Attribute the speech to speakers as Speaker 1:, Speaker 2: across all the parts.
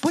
Speaker 1: 不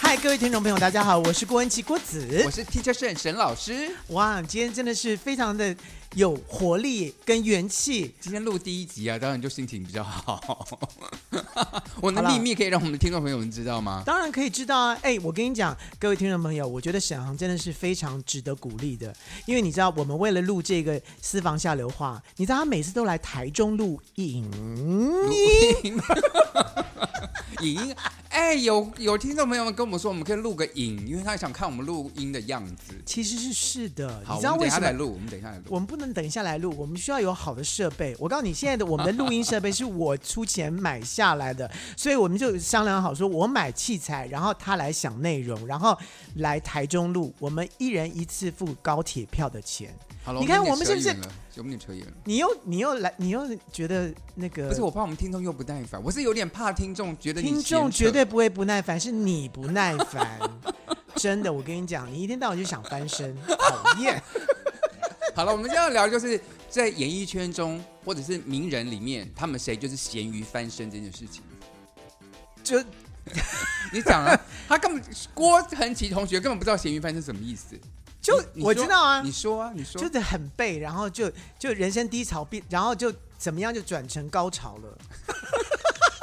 Speaker 1: 嗨，各位听众朋友，大家好，我是郭文琪郭子
Speaker 2: 我。是 Teacher 沈沈老师，
Speaker 1: 哇，今天真的是非常的有活力跟元气。
Speaker 2: 今天录第一集啊，当然就心情比 较好。我的
Speaker 1: 好啦
Speaker 2: 秘密可以让我们的听众朋友们知道吗？
Speaker 1: 当然可以知道啊！哎，我跟你讲，各位听众朋友，我觉得沈航真的是非常值得鼓励的，因为你知道，我们为了录这个私房下流话，你知道他每次都来台中录影，
Speaker 2: 影，哎，有有听众朋友们跟我们说，我们可以录个影，因为他想看我们录音的样子。
Speaker 1: 其实是是的，你
Speaker 2: 好，我
Speaker 1: 知道
Speaker 2: 们等
Speaker 1: 为
Speaker 2: 一下
Speaker 1: 什
Speaker 2: 来
Speaker 1: 么？
Speaker 2: 录，我们等一下来录。
Speaker 1: 我们不能等一下来录，我们需要有好的设备。我告诉你，现在的我们的录音设备是我出钱买下来的，所以我们就商量好，说我买器材，然后他来想内容，然后来台中录，我们一人一次付高铁票的钱。
Speaker 2: 好了，
Speaker 1: 你看
Speaker 2: 有点
Speaker 1: 我们是不是
Speaker 2: 扯远了？有点扯远了。
Speaker 1: 你又你又来，你又觉得那个
Speaker 2: 不是，我怕我们听众又不耐烦，我是有点怕听众觉得你
Speaker 1: 听
Speaker 2: 闲
Speaker 1: 众
Speaker 2: 扯
Speaker 1: 绝对不会不耐烦， 是你不耐烦。真的，我跟你讲，你一天到晚就想翻身，讨厌。
Speaker 2: 好了，我们今天要聊就是在演艺圈中或者是名人里面，他们谁就是咸鱼翻身这件事情。
Speaker 1: 就
Speaker 2: 你讲啊， 他根本郭恒奇同学根本不知道咸鱼翻身什么意思。
Speaker 1: 就
Speaker 2: 你你
Speaker 1: 我
Speaker 2: 说
Speaker 1: 知道啊
Speaker 2: 你，说啊，你说
Speaker 1: 就，是很背，然后就就人生低潮变，然后就怎么样就转成高潮了。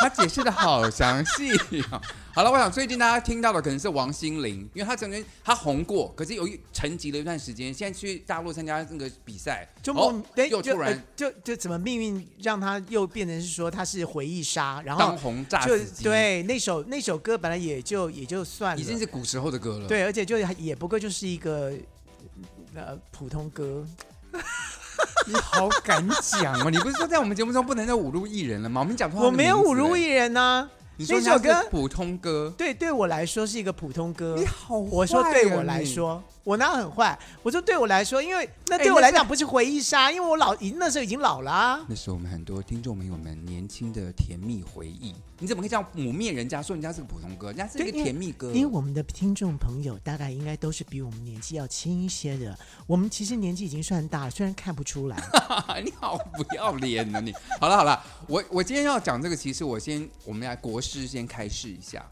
Speaker 2: 他解释的好详细、啊。 好了，我想最近大家听到的可能是王心凌，因为她曾经她红过，可是由于沉寂了一段时间，现在去大陆参加那个比赛，
Speaker 1: 就莫
Speaker 2: 哦、
Speaker 1: 对
Speaker 2: 又
Speaker 1: 就
Speaker 2: 突然
Speaker 1: 呃就就怎么命运让他又变成是说他是回忆杀，然
Speaker 2: 当
Speaker 1: 后
Speaker 2: 红炸
Speaker 1: 就
Speaker 2: 子鸡，，
Speaker 1: 对那首那首歌本来也就也就算了，
Speaker 2: 已经是古时候的歌了。
Speaker 1: 对，而且就也不过就是一个呃普通歌，
Speaker 2: 你好敢讲哦！你不是说在我们节目中不能再侮辱艺人了吗？我们讲 错，
Speaker 1: 我没有侮辱艺人呐、
Speaker 2: 欸你说
Speaker 1: 那首歌
Speaker 2: 人家是普通歌，
Speaker 1: 对，对我来说是一个普通歌。
Speaker 2: 好、
Speaker 1: 啊
Speaker 2: 啊
Speaker 1: 我说对我来，说，我哪有很坏？我说对我来说，因
Speaker 2: 哎
Speaker 1: 为那对我来讲不是回忆杀，因为我老已那时候已经老啦、啊
Speaker 2: 那是我们很多听众朋友们年轻的甜蜜回忆。你怎么可以这样抹灭人家，说人家是个普通歌，人家是一
Speaker 1: 对
Speaker 2: 个
Speaker 1: 因为
Speaker 2: 甜蜜歌？
Speaker 1: 因为我们的听众朋友大概应该都是比我们年纪要轻一些的，我们其实年纪已经算大了，虽然看不出来。
Speaker 2: 你好不要脸啊呢、你！好了好了，我我今天要讲这个，其实我先我们来国师先开示一下。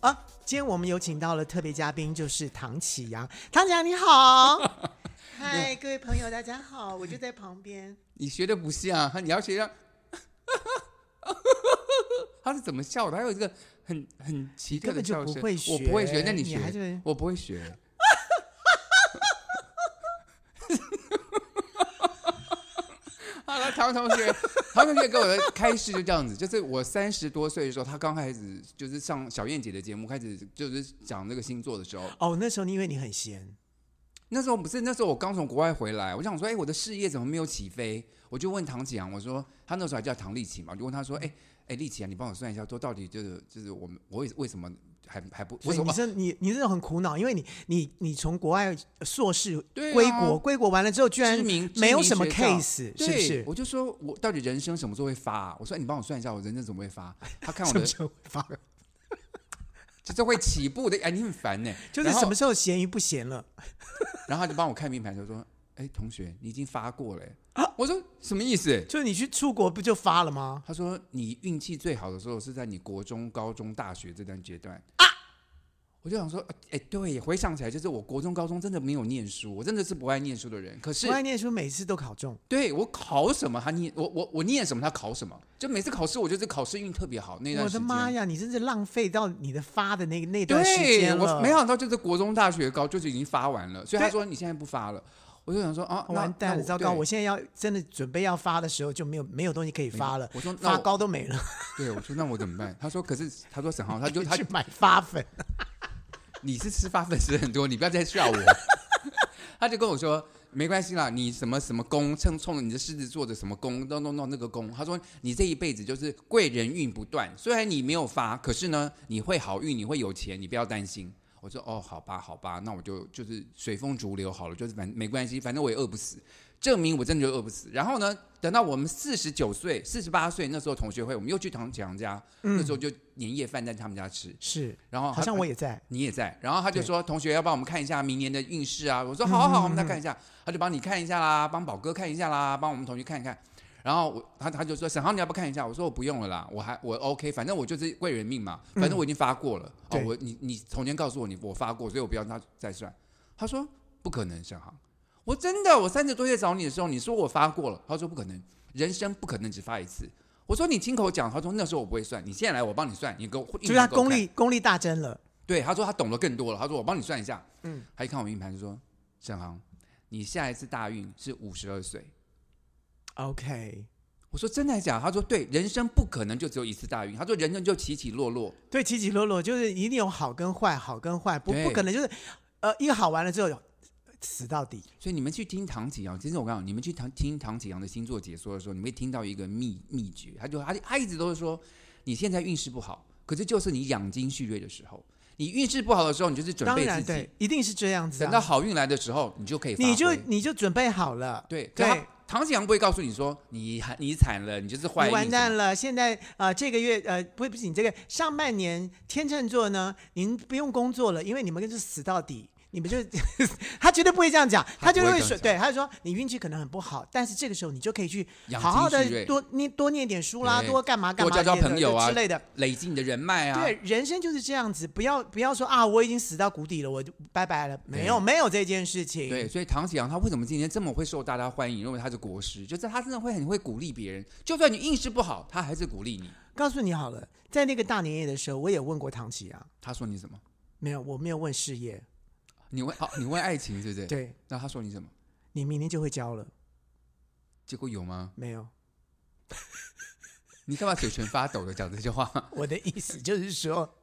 Speaker 1: 啊，今天我们有请到了特别嘉宾，就是唐启阳。唐启阳你 好，嗨，各位朋友大家好，我就在旁边。
Speaker 2: 你学的不像，你要学 像，他是怎么笑的？还有这个很很奇特
Speaker 1: 根
Speaker 2: 的
Speaker 1: 本就
Speaker 2: 笑
Speaker 1: 不
Speaker 2: 声，
Speaker 1: 会
Speaker 2: 我不会学
Speaker 1: 学，
Speaker 2: 那你
Speaker 1: 你
Speaker 2: 学，
Speaker 1: 还是
Speaker 2: 我不 会学。好了，唐同学，唐同学给我的开示就这样子，就是我三十多岁的时候，他刚开始就是上小燕姐的节目，开始就是讲这个星座的时候，
Speaker 1: 哦，那时候你以为你很闲，
Speaker 2: 那时候不是，那时候我刚从国外回来，我想说，哎、我的事业怎么没有起飞？我就问唐启阳，我说他那时候还叫唐立奇嘛，我就问他说，哎、哎，立奇啊，你帮我算一下，说到底就是就是我们我为为什么还还不
Speaker 1: 所
Speaker 2: 为
Speaker 1: 以
Speaker 2: 什
Speaker 1: 你
Speaker 2: 么？
Speaker 1: 这你你这种很苦恼，因为你你你从国外硕士
Speaker 2: 对啊
Speaker 1: 归国，归国完了之后居然
Speaker 2: 知名
Speaker 1: 没有什么
Speaker 2: 知名学校
Speaker 1: case，是不
Speaker 2: 对
Speaker 1: 是？
Speaker 2: 我就说我到底人生什么时候会发、啊？我说、哎你帮我算一下，我人生怎么会发？他看我
Speaker 1: 什
Speaker 2: 的
Speaker 1: 么时候发？
Speaker 2: 就是会起步的，哎，你很烦呢、
Speaker 1: 就是
Speaker 2: 然后
Speaker 1: 什么时候闲鱼不闲了？
Speaker 2: 然后他就帮我看名牌，就说，哎、同学，你已经发过了、
Speaker 1: 啊
Speaker 2: 欸。我说什么意思？
Speaker 1: 就是你去出国不就发了吗？
Speaker 2: 他说：“你运气最好的时候是在你国中、高中、大学这段阶段啊。”我就想说，哎、对，回想起来，就是我国中、高中真的没有念书，我真的是不爱念书的人。可是
Speaker 1: 不，爱念书，每次都考中。
Speaker 2: 对我考什么，他念我我我念什么，他考什么。就每次考试，我就是考试运特别好那段
Speaker 1: 我
Speaker 2: 时
Speaker 1: 的
Speaker 2: 间。
Speaker 1: 妈呀！你真是浪费到你的发的那那段时
Speaker 2: 对，
Speaker 1: 间了。
Speaker 2: 我没想到就是国中、大学、高就是已经发完了，所以他说你现在不发了，我就想说啊，那
Speaker 1: 完蛋
Speaker 2: 那
Speaker 1: 了，
Speaker 2: 我
Speaker 1: 糟糕！
Speaker 2: 对
Speaker 1: 我现在要真的准备要发的时候，就没有没有东西可以发了，
Speaker 2: 我说那
Speaker 1: 发
Speaker 2: 我
Speaker 1: 糕都没了，
Speaker 2: 对我说那我怎么办？他说可是他说沈浩，他就 他
Speaker 1: 去买发 粉。
Speaker 2: 你是吃发粉吃很多，你不要再笑我。 他就跟我说，没关系啦，你什么什么宫，冲冲着你的狮子座的什么宫，弄弄弄那个宫。他说你这一辈子就是贵人运不断，虽然你没有发，可是呢，你会好运，你会有钱，你不要担心。我说哦，好吧，好吧，那我就就是随风逐流好了，就是反没关系，反正我也饿不死，证明我真的就饿不死。然后呢，等到我们四十九岁、四十八岁那时候同学会，我们又去唐强家，那时候就年夜饭在他们家吃，
Speaker 1: 是，
Speaker 2: 然后
Speaker 1: 好
Speaker 2: 哦他
Speaker 1: 像我也在，
Speaker 2: 你也在，然后他就
Speaker 1: 对嗯
Speaker 2: 说：“同学，要帮我们看一下明年的运势啊。”我说：“好好好，我们再看一下。”他就帮你看一下啦，帮宝哥看一下啦，帮我们同学看一看。然后我他他就说：“沈浩，你要不要看一下？”我说：“我不用了啦，我还我 OK，反正我就是贵人命嘛，反正我已经发过了。
Speaker 1: 嗯对
Speaker 2: 哦，我你你从前告诉我你我发过，所以我不要他再算。”他说：“不可能，沈浩，我真的我三十多岁找你的时候，你说我发过了。”他说：“不可能，人生不可能只发一次。”我说：“你亲口讲。”他说：“那时候我不会算，你现在来我帮你算，你给我
Speaker 1: 就是他功
Speaker 2: 力。”
Speaker 1: 力功力大增了，
Speaker 2: 对，他说他懂得更多了。他说我帮你算一下。
Speaker 1: 嗯
Speaker 2: 嗯，他一看我命盘就说：“沈航，你下一次大运是五十二岁。
Speaker 1: OK，”
Speaker 2: 我说：“真的还假的？”他说：“对，人生不可能就只有一次大运。”他说：“人生就起起落落。
Speaker 1: 对，起起落落就是一定有好跟坏，好跟坏，不
Speaker 2: 对
Speaker 1: 不可能就是呃一个好完了之后有死到底，”
Speaker 2: 所以你们去听唐启阳，其实我告诉你，你们去唐听唐启阳的星座解说的时候，你会听到一个秘秘诀。他就他他一直都是说，你现在运势不好，可是就是你养精蓄锐的时候。你运势不好的时候，你就是准
Speaker 1: 当
Speaker 2: 备
Speaker 1: 然
Speaker 2: 自己
Speaker 1: 对，，一定是这样子、
Speaker 2: 等到
Speaker 1: 啊，
Speaker 2: 好运来的时候，你就可以发挥。
Speaker 1: 你就你就准备好了，
Speaker 2: 对可
Speaker 1: 对
Speaker 2: 他。唐启阳不会告诉你说你还你惨了，你就是坏
Speaker 1: 你
Speaker 2: 运
Speaker 1: 完
Speaker 2: 什么
Speaker 1: 蛋了！现在呃，这个月呃，不不是你这个上半年天秤座呢，您不用工作了，因为你们就是死到底，你们就 他绝对不会这样讲，他
Speaker 2: 他
Speaker 1: 就
Speaker 2: 不会
Speaker 1: 会
Speaker 2: 这样
Speaker 1: 说，对，他就说你运气可能很不好，但是这个时候你就可以去
Speaker 2: 养
Speaker 1: 好好
Speaker 2: 精蓄
Speaker 1: 的
Speaker 2: 锐
Speaker 1: 多念多念点书啦，
Speaker 2: 对
Speaker 1: 多干嘛干嘛
Speaker 2: 多交交
Speaker 1: 练的
Speaker 2: 朋友啊
Speaker 1: 之类的。
Speaker 2: 累积你的人脉啊。
Speaker 1: 对，，人生就是这样子，不要不要说啊，我已经死到谷底了，我就拜拜了，没有没有这件事情。
Speaker 2: 对，所以唐启阳他为什么今天这么会受大家欢迎？认为他是国师，就是他真的会很会鼓励别人，就算你运势不好，他还是鼓励你。
Speaker 1: 告诉你好了，在那个大年夜的时候，我也问过唐琪啊，
Speaker 2: 他说你什么？
Speaker 1: 没有，我没有问事业，
Speaker 2: 你问哦，你问爱情对不对？。
Speaker 1: 对
Speaker 2: 那他说你什么？
Speaker 1: 你明天就会交了，
Speaker 2: 结果有吗？
Speaker 1: 没有。
Speaker 2: 你干嘛嘴唇发抖的讲这 些话？
Speaker 1: 我的意思就是说，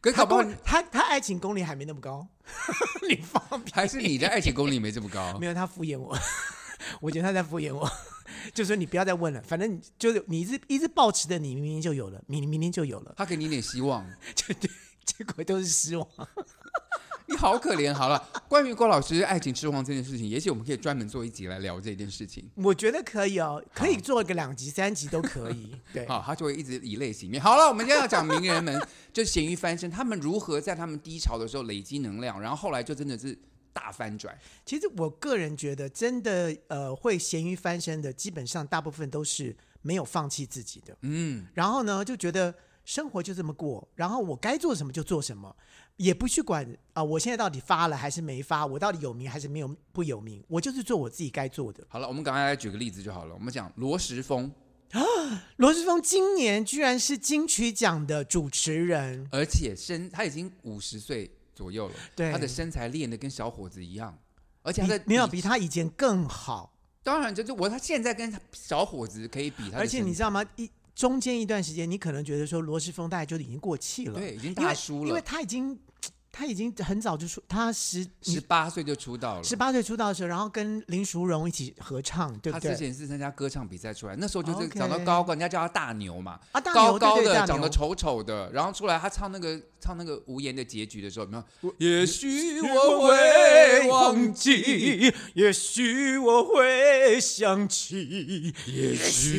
Speaker 2: 可是
Speaker 1: 他
Speaker 2: 搞不好
Speaker 1: 功他他爱情功力还没那么高， 你放屁，
Speaker 2: 还是你的爱情功力没这么高
Speaker 1: 没。有他敷衍我，我觉得他在敷衍我， 就说你不要再问了，反正你就是你一直一直抱持的，你明天就有了，明明天就有了，
Speaker 2: 他给你一点希望，
Speaker 1: 就对，结果都是失望。
Speaker 2: 你好可怜。好了，关于郭老师爱情痴狂这件事情，也许我们可以专门做一集来聊这件事情。
Speaker 1: 我觉得可以哦，可以做个两集、三集都可以。 对，
Speaker 2: 好，哦他就会一直以泪洗面。好了，我们今天要讲名人们， 就是咸鱼翻身，他们如何在他们低潮的时候累积能量，然后后来就真的是大翻转。
Speaker 1: 其实我个人觉得，真的呃会咸鱼翻身的，基本上大部分都是没有放弃自己的。
Speaker 2: 嗯，
Speaker 1: 然后呢，就觉得生活就这么过，然后我该做什么就做什么，也不去管啊、我现在到底发了还是没发，我到底有名还是没有不有名，我就是做我自己该做的。
Speaker 2: 好了，我们赶快来举个例子就好了。我们讲罗时丰，
Speaker 1: 罗志峰今年居然是金曲奖的主持人，
Speaker 2: 而且身他已经五十岁左右了，
Speaker 1: 对
Speaker 2: 他的身材练得跟小伙子一样，而且
Speaker 1: 比
Speaker 2: 他的
Speaker 1: 没有比他以前更好，
Speaker 2: 当然就是我他现在跟小伙子可以比他的身，
Speaker 1: 而且你知道吗？一中间一段时间，你可能觉得说罗志峰大概就已经过气了，
Speaker 2: 对已经
Speaker 1: 因
Speaker 2: 大
Speaker 1: 为
Speaker 2: 叔
Speaker 1: 因为
Speaker 2: 了，
Speaker 1: 他已经他已经很早就出，他十
Speaker 2: 十八岁就出道了。
Speaker 1: 十八岁出道的时候，然后跟林淑荣一起合唱，对不
Speaker 2: 他
Speaker 1: 对
Speaker 2: 之？前是参加歌唱比赛出来，那时候就是
Speaker 1: OK
Speaker 2: 长得高高，人家叫他大牛嘛。
Speaker 1: 啊，大
Speaker 2: 高
Speaker 1: 牛
Speaker 2: 高
Speaker 1: 对对
Speaker 2: 的，
Speaker 1: 大
Speaker 2: 长
Speaker 1: 牛
Speaker 2: 得丑丑的，然后出来他唱那个唱那个无言的结局的时候，有没有？
Speaker 1: 嗯
Speaker 2: 也许我会忘记，，
Speaker 1: 也许我会想起，
Speaker 2: 也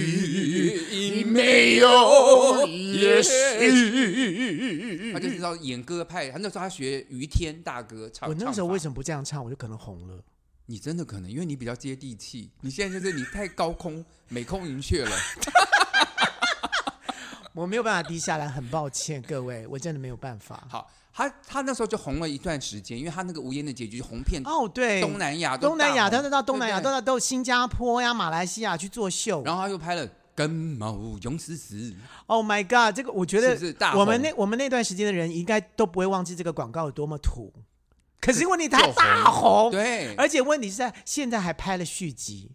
Speaker 2: 许已没有，也许。他就知道演歌派，他那时候他学于天大哥唱。
Speaker 1: 我那时候为
Speaker 2: 么？
Speaker 1: 什么不这样唱，我就可能红了。
Speaker 2: 你真的可能，因为你比较接地气，你现在就是你太高空，美空云雀了。
Speaker 1: 我没有办法低下来，很抱歉各位，我真的没有办法。
Speaker 2: 好，他他那时候就红了一段时间，因为他那个无言的结局红遍
Speaker 1: 哦，对，
Speaker 2: 东南亚，
Speaker 1: 东南亚，
Speaker 2: 都大
Speaker 1: 他
Speaker 2: 红
Speaker 1: 都到东南亚，
Speaker 2: 对不
Speaker 1: 都
Speaker 2: 对
Speaker 1: 到都新加坡呀、马来西亚去做秀。
Speaker 2: 然后他又拍了《跟毛勇死死》，
Speaker 1: Oh my god，这个我觉
Speaker 2: 是
Speaker 1: 得
Speaker 2: 不是大红？
Speaker 1: 我们那我们那段时间的人应该都不会忘记这个广告有多么土。可是问题他
Speaker 2: 就红
Speaker 1: 大红，
Speaker 2: 对，
Speaker 1: 而且问题是在现在还拍了续集，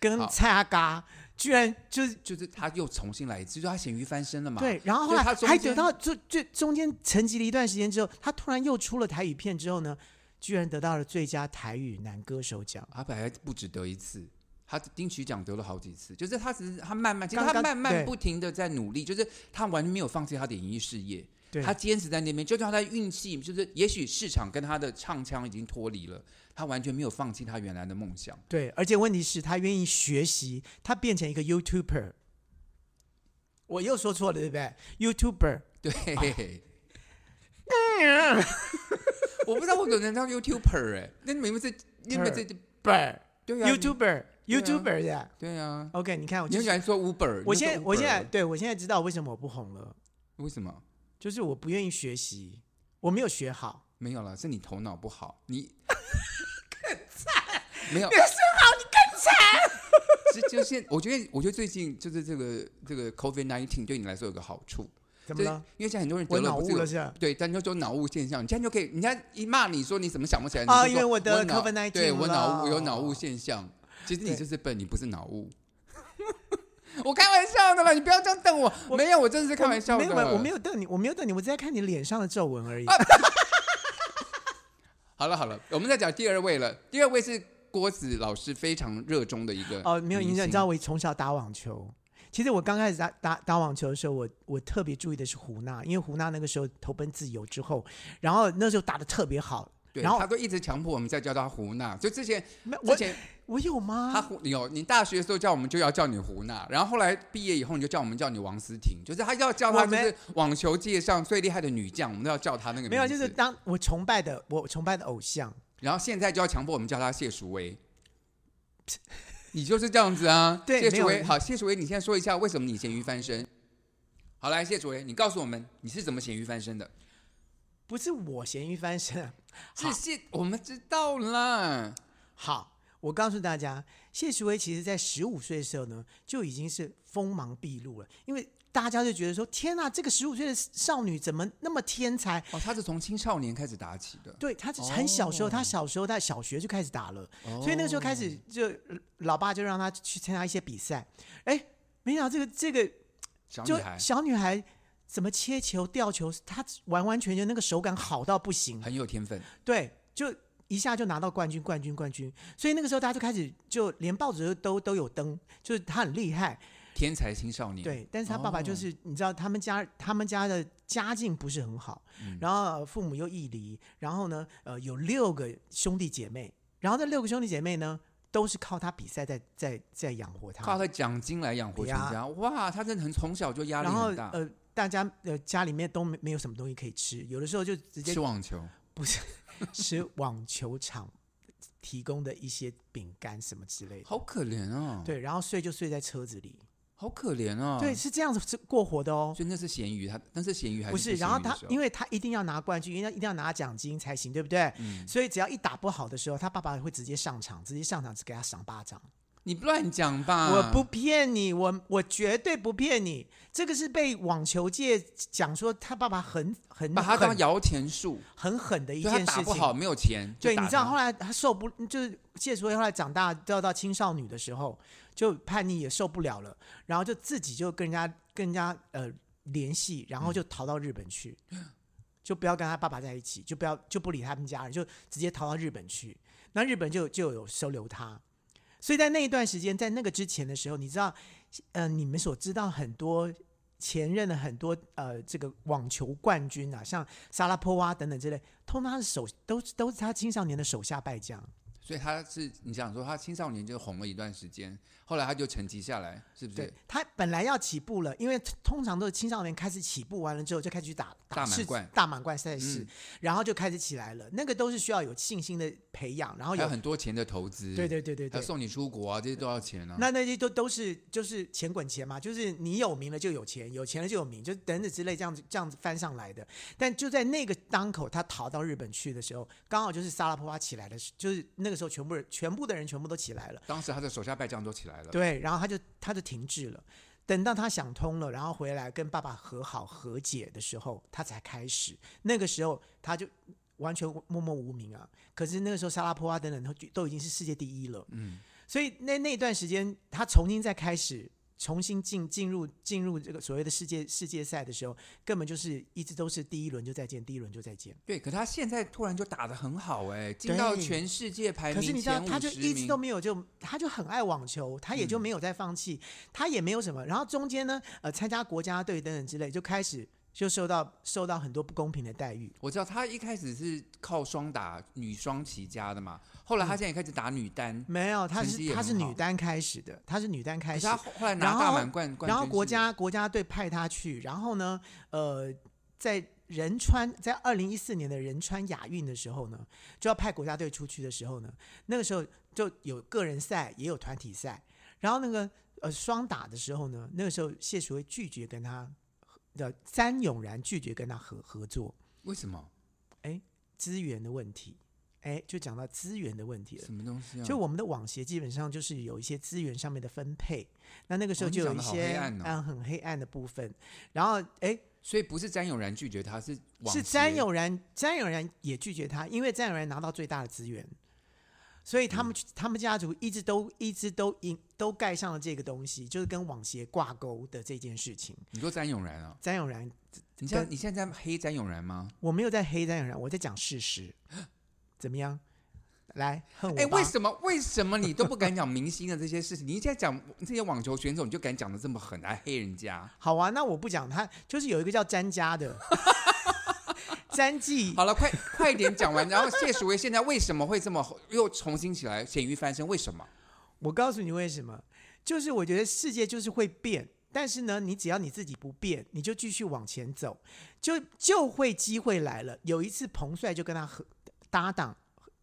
Speaker 1: 跟
Speaker 2: 好
Speaker 1: 蔡阿嘎居然就是
Speaker 2: 就是他又重新来一次，就是他咸鱼翻身了嘛。
Speaker 1: 对，然后后
Speaker 2: 就
Speaker 1: 来
Speaker 2: 他中
Speaker 1: 还
Speaker 2: 间
Speaker 1: 等到就就中间沉寂了一段时间之后，他突然又出了台语片之后呢，居然得到了最佳台语男歌手奖。
Speaker 2: 他啊本来不止得一次，他金曲奖得了好几次，就是他只是他慢慢，其实
Speaker 1: 刚
Speaker 2: 他
Speaker 1: 刚
Speaker 2: 慢
Speaker 1: 对
Speaker 2: 慢不停的在努力，就是他完全没有放弃他的演艺事业。
Speaker 1: 对
Speaker 2: 他坚持在那边，就算他的运气，就是也许市场跟他的唱腔已经脱离了，他完全没有放弃他原来的梦想。
Speaker 1: 对，而且问题是，他愿意学习，他变成一个 YouTuber。我又说错了，对不对？YouTuber，
Speaker 2: 对，我不知道我怎么能当 YouTuber 哎、那你明明是，你明明是，对啊
Speaker 1: y o u t u b e r
Speaker 2: 对啊
Speaker 1: YouTuber 的。
Speaker 2: 对啊，
Speaker 1: OK，你看我
Speaker 2: 你
Speaker 1: 就
Speaker 2: 很
Speaker 1: 是，
Speaker 2: 喜欢说 Uber，
Speaker 1: 我
Speaker 2: 你就
Speaker 1: 现在
Speaker 2: 说
Speaker 1: 我
Speaker 2: Uber
Speaker 1: 现在对我现在知道为什么我不红了，
Speaker 2: 为什么
Speaker 1: 就是我不愿意学习，我没有学好。
Speaker 2: 没有了？是你头脑不好，你 更惨，没有，是就现，我觉得，我觉得最近就是这个这个 COVID nineteen 对你来说有个好处，
Speaker 1: 怎么
Speaker 2: 就是
Speaker 1: 了？
Speaker 2: 因为现在很多人得
Speaker 1: 我
Speaker 2: 了
Speaker 1: 脑
Speaker 2: 不是
Speaker 1: 雾了
Speaker 2: 有
Speaker 1: 是吧？
Speaker 2: 对，但就说脑雾现象，你现在就可以，人家一骂你说你怎么想不起来，你
Speaker 1: 啊
Speaker 2: 就
Speaker 1: 因
Speaker 2: 说
Speaker 1: 为我
Speaker 2: 我
Speaker 1: 得
Speaker 2: 脑
Speaker 1: COVID-19
Speaker 2: 对我脑雾
Speaker 1: 了
Speaker 2: 有脑雾现象，其实你
Speaker 1: 对
Speaker 2: 就是笨，你不是脑雾。 我开玩笑的啦，你不要这样瞪我。
Speaker 1: 我
Speaker 2: 没有，我真的是开玩笑
Speaker 1: 没
Speaker 2: 的。啊
Speaker 1: 有，我没有瞪你，我没有瞪你，我只在看你脸上的皱纹而已。
Speaker 2: 好了好了，我们再讲第二位了。第二位是郭子老师非常热衷的一个
Speaker 1: 哦，没有影
Speaker 2: 明
Speaker 1: 响。
Speaker 2: 星
Speaker 1: 你知道我从小打网球，其实我刚开始打打打网球的时候，我我特别注意的是胡娜，因为胡娜那个时候投奔自由之后，然后那时候打的特别好。
Speaker 2: 对，
Speaker 1: 然后
Speaker 2: 他都一直强迫我们再叫他胡娜。就之前
Speaker 1: 没
Speaker 2: 之
Speaker 1: 我啊
Speaker 2: 前
Speaker 1: 我有
Speaker 2: 他
Speaker 1: 吗？
Speaker 2: 胡你有你大学的时候叫我们就要叫你胡娜，然后后来毕业以后你就叫我们叫你王思婷，就是他要叫他
Speaker 1: 我
Speaker 2: 就
Speaker 1: 们
Speaker 2: 是网球界上最厉害的女将，我们都要叫她那个名
Speaker 1: 没
Speaker 2: 字。
Speaker 1: 有，就是当我崇拜的我崇拜的偶像，
Speaker 2: 然后现在就要强迫我们叫她谢淑 薇。你就是这样子啊，
Speaker 1: 对
Speaker 2: 谢淑
Speaker 1: 没
Speaker 2: 薇。
Speaker 1: 有
Speaker 2: 好，谢淑薇，你现在说一下为什么你咸鱼翻身？好，来，谢淑薇，你告诉我们你是怎么咸鱼翻身的？
Speaker 1: 不是我咸鱼翻身啊。好
Speaker 2: 是谢，我们知道啦。
Speaker 1: 好，我告诉大家，谢淑薇其实在十五岁的时候呢，就已经是锋芒毕露了，因为大家就觉得说，天呐，这个十五岁的少女怎么那么天才？
Speaker 2: 哦，她是从青少年开始打起的，
Speaker 1: 对，他是很小时候，
Speaker 2: 哦
Speaker 1: 他小时候在小学就开始打了，
Speaker 2: 所
Speaker 1: 所以那个时候开始就老爸就让他去参加一些比赛。哎，没想到这个这个
Speaker 2: 小女
Speaker 1: 就
Speaker 2: 孩
Speaker 1: 小女孩怎么切球、吊球，她完完全全那个手感好到不行，
Speaker 2: 很有天分。
Speaker 1: 对，就一下就拿到冠军、冠军、冠军。所以那个时候大家就开始就连报纸都都有登，就是她很厉害。
Speaker 2: 天才青少年，，
Speaker 1: 对，但是他爸爸
Speaker 2: 哦
Speaker 1: 就是、你知道，他们家他们家的家境不是很好，
Speaker 2: 嗯
Speaker 1: 然后呃父母又异离，然后呢，呃，有六个兄弟姐妹，然后这六个兄弟姐妹呢，都是靠他比赛在在在养活
Speaker 2: 靠
Speaker 1: 他，
Speaker 2: 他奖金来养活全
Speaker 1: 呀
Speaker 2: 家。哇，他真的很从小就压力
Speaker 1: 然后
Speaker 2: 很大，
Speaker 1: 呃，大家呃家里面都没没有什么东西可以吃，有的时候就直接
Speaker 2: 吃网球。
Speaker 1: 不是吃网球场提供的一些饼干什么之类的，
Speaker 2: 好可怜哦，，
Speaker 1: 对，然后睡就睡在车子里，
Speaker 2: 好可怜哦，
Speaker 1: 对，，是这样子是过活的哦。
Speaker 2: 所以那是咸鱼，他那是咸鱼还
Speaker 1: 不
Speaker 2: 是
Speaker 1: 是，然后他因
Speaker 2: 为
Speaker 1: 为他一定要拿冠军，因为他一定要拿奖金才行，对不对？
Speaker 2: 嗯，
Speaker 1: 所以只要一打不好的时候，他爸爸会直接上场，直接上场只给他赏巴掌。
Speaker 2: 你不乱讲吧，
Speaker 1: 我不骗你，我我绝对不骗你，这个是被网球界讲说他爸爸很很
Speaker 2: 把他当
Speaker 1: 很
Speaker 2: 摇钱树，
Speaker 1: 很狠的一
Speaker 2: 就他
Speaker 1: 件
Speaker 2: 打
Speaker 1: 事
Speaker 2: 不
Speaker 1: 情。
Speaker 2: 好没有钱，
Speaker 1: 对，
Speaker 2: 就打
Speaker 1: 你知道
Speaker 2: 他
Speaker 1: 后来他受不，就是谢淑薇后来长大掉到青少女的时候，就叛逆也受不了了，然后就自己就跟人家跟人家呃联系，然
Speaker 2: 嗯
Speaker 1: 后就逃到日本去，就不要跟他爸爸在一起，就不要就不理他们家人，就直接逃到日本去。那日本就就有收留他，所以在那一段时间，在那个之前的时候，你知道，呃，你们所知道很多。前任的很多呃，这个网球冠军啊，像萨拉波娃等等之类，通常他的手都是都是他青少年的手下败将。
Speaker 2: 所以他是你想说他青少年就红了一段时间，后来他就沉寂下来，是不是
Speaker 1: 对？他本来要起步了，因为通常都是青少年开始起步完了之后就开始去打
Speaker 2: 大
Speaker 1: 打
Speaker 2: 满
Speaker 1: 世
Speaker 2: 贯
Speaker 1: 大满贯赛事，
Speaker 2: 嗯
Speaker 1: 然后就开始起来了。那个都是需要有信心的培养，然后
Speaker 2: 还
Speaker 1: 有
Speaker 2: 有很多钱的投资，
Speaker 1: 对对对对
Speaker 2: 还
Speaker 1: 对
Speaker 2: 有。送你出国啊，这些都要钱啊。
Speaker 1: 那那些都都是就是钱滚钱嘛，就是你有名了就有钱，有钱了就有名，就等等之类这样子这样子翻上来的。但就在那个当口，他逃到日本去的时候，刚好就是萨拉波娃起来的时，就是那个时候全部人全部的人全部都起来了。
Speaker 2: 当时他的手下败将都起来了，
Speaker 1: 对，然后他就他就停滞了。等到他想通了，然后回来跟爸爸和好和解的时候，他才开始。那个时候他就完全默默无名啊。可是那个时候，沙拉波娃等等都都已经是世界第一了。
Speaker 2: 嗯，
Speaker 1: 所以那那段时间，他重新再开始，重新进进入进入这个所谓的世界世界赛的时候，根本就是一直都是第一轮就再见，第一轮就再见。
Speaker 2: 对。可他现在突然就打得很好哎、进到
Speaker 1: 对
Speaker 2: 全世界排
Speaker 1: 可
Speaker 2: 名
Speaker 1: 是
Speaker 2: 前
Speaker 1: 你
Speaker 2: 五
Speaker 1: 知道，他就
Speaker 2: 十
Speaker 1: 一直
Speaker 2: 名嗯
Speaker 1: 都没有就，他就很爱网球，他也就没有再放弃，他也没有什么。然后中间呢，呃，参加国家队等等之类，就开始就受到受到很多不公平的待遇。
Speaker 2: 我知道他一开始是靠双打女双起家的嘛，后
Speaker 1: 嗯
Speaker 2: 来他现在也开始打女单，
Speaker 1: 没有，她
Speaker 2: 成绩
Speaker 1: 是
Speaker 2: 也
Speaker 1: 她是
Speaker 2: 很好
Speaker 1: 女单开始的，她是女单
Speaker 2: 可
Speaker 1: 开
Speaker 2: 是
Speaker 1: 始
Speaker 2: 他，后来拿大满贯冠军是，
Speaker 1: 然后国家国家队派她去，然后呢，呃，在仁川在二零一四年的仁川亚运的时候呢，就要派国家队出去的时候呢，那个时候就有个人赛也有团体赛，然后那个呃双打的时候呢，那个时候谢淑薇拒绝跟他的詹永然拒绝跟他合合作，
Speaker 2: 为什么
Speaker 1: 资源的问题，哎，就讲到资源的问题了。
Speaker 2: 什么东西啊？
Speaker 1: 就我们的网协基本上就是有一些资源上面的分配，那那个时候
Speaker 2: 哦你
Speaker 1: 就有
Speaker 2: 讲
Speaker 1: 一
Speaker 2: 得好
Speaker 1: 些
Speaker 2: 黑暗哦
Speaker 1: 嗯很黑暗的部分。然后哎，
Speaker 2: 所以不是詹永然拒绝他，是网
Speaker 1: 是
Speaker 2: 协
Speaker 1: 詹永然，詹永然也拒绝他，因为詹永然拿到最大的资源，所以
Speaker 2: 嗯
Speaker 1: 他们、他们家族一直都一直都引都盖上了这个东西，就是跟网协挂钩的这件事情。
Speaker 2: 你说詹永然啊？
Speaker 1: 詹永然，
Speaker 2: 你现在你现在在黑詹永然吗？
Speaker 1: 我没有在黑詹永然，我在讲事实，怎么样？来恨我吧！
Speaker 2: 哎，为什么为什么你都不敢讲明星的这些事情？你现在讲这些网球选手，你就敢讲的这么狠来黑人家？
Speaker 1: 好啊，那我不讲他，就是有一个叫詹家 的，詹记
Speaker 2: 好了，快快点讲完。然后谢淑薇现在为什么会这么又重新起来，咸鱼翻身？为什么？
Speaker 1: 我告诉你为什么，就是我觉得世界就是会变，但是呢，你只要你自己不变，你就继续往前走，就就会机会来了。有一次彭帅就跟他合搭档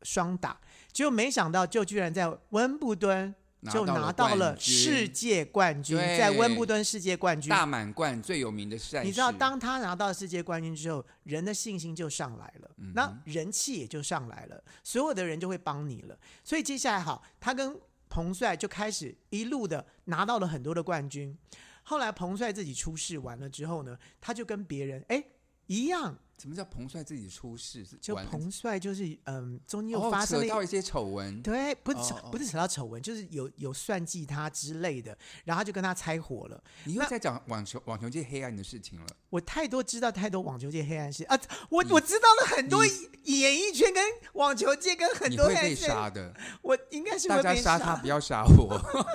Speaker 1: 双打，结果没想到就居然在温布敦就拿到
Speaker 2: 冠
Speaker 1: 了
Speaker 2: 军
Speaker 1: 世界冠军，
Speaker 2: 对
Speaker 1: 在温布敦世界冠军。
Speaker 2: 大满贯最有名的赛事，
Speaker 1: 你知道，当他拿到世界冠军之后，人的信心就上来了，
Speaker 2: 嗯
Speaker 1: 那人气也就上来了，所有的人就会帮你了。所以接下来好，他跟彭帅就开始一路的拿到了很多的冠军。后来彭帅自己出事完了之后呢，他就跟别人哎一样，
Speaker 2: 什么叫彭帅自己出事？是
Speaker 1: 就
Speaker 2: 完
Speaker 1: 彭帅就是嗯，中间又
Speaker 2: 哦
Speaker 1: 发生
Speaker 2: 扯
Speaker 1: 了一
Speaker 2: 到一些丑闻，
Speaker 1: 对，不是
Speaker 2: 哦
Speaker 1: 扯、
Speaker 2: 哦
Speaker 1: 不是扯到丑闻，就是有有算计他之类的，然后他就跟他拆伙了。
Speaker 2: 你又在讲网球网球界黑暗的事情了。
Speaker 1: 我太多知道太多网球界黑暗事啊！我我知道了很多演艺圈跟网球界跟很
Speaker 2: 你
Speaker 1: 多
Speaker 2: 会
Speaker 1: 黑暗
Speaker 2: 被
Speaker 1: 事，
Speaker 2: 杀的，
Speaker 1: 我应该是
Speaker 2: 大
Speaker 1: 会
Speaker 2: 家
Speaker 1: 被
Speaker 2: 杀他，不要杀 我。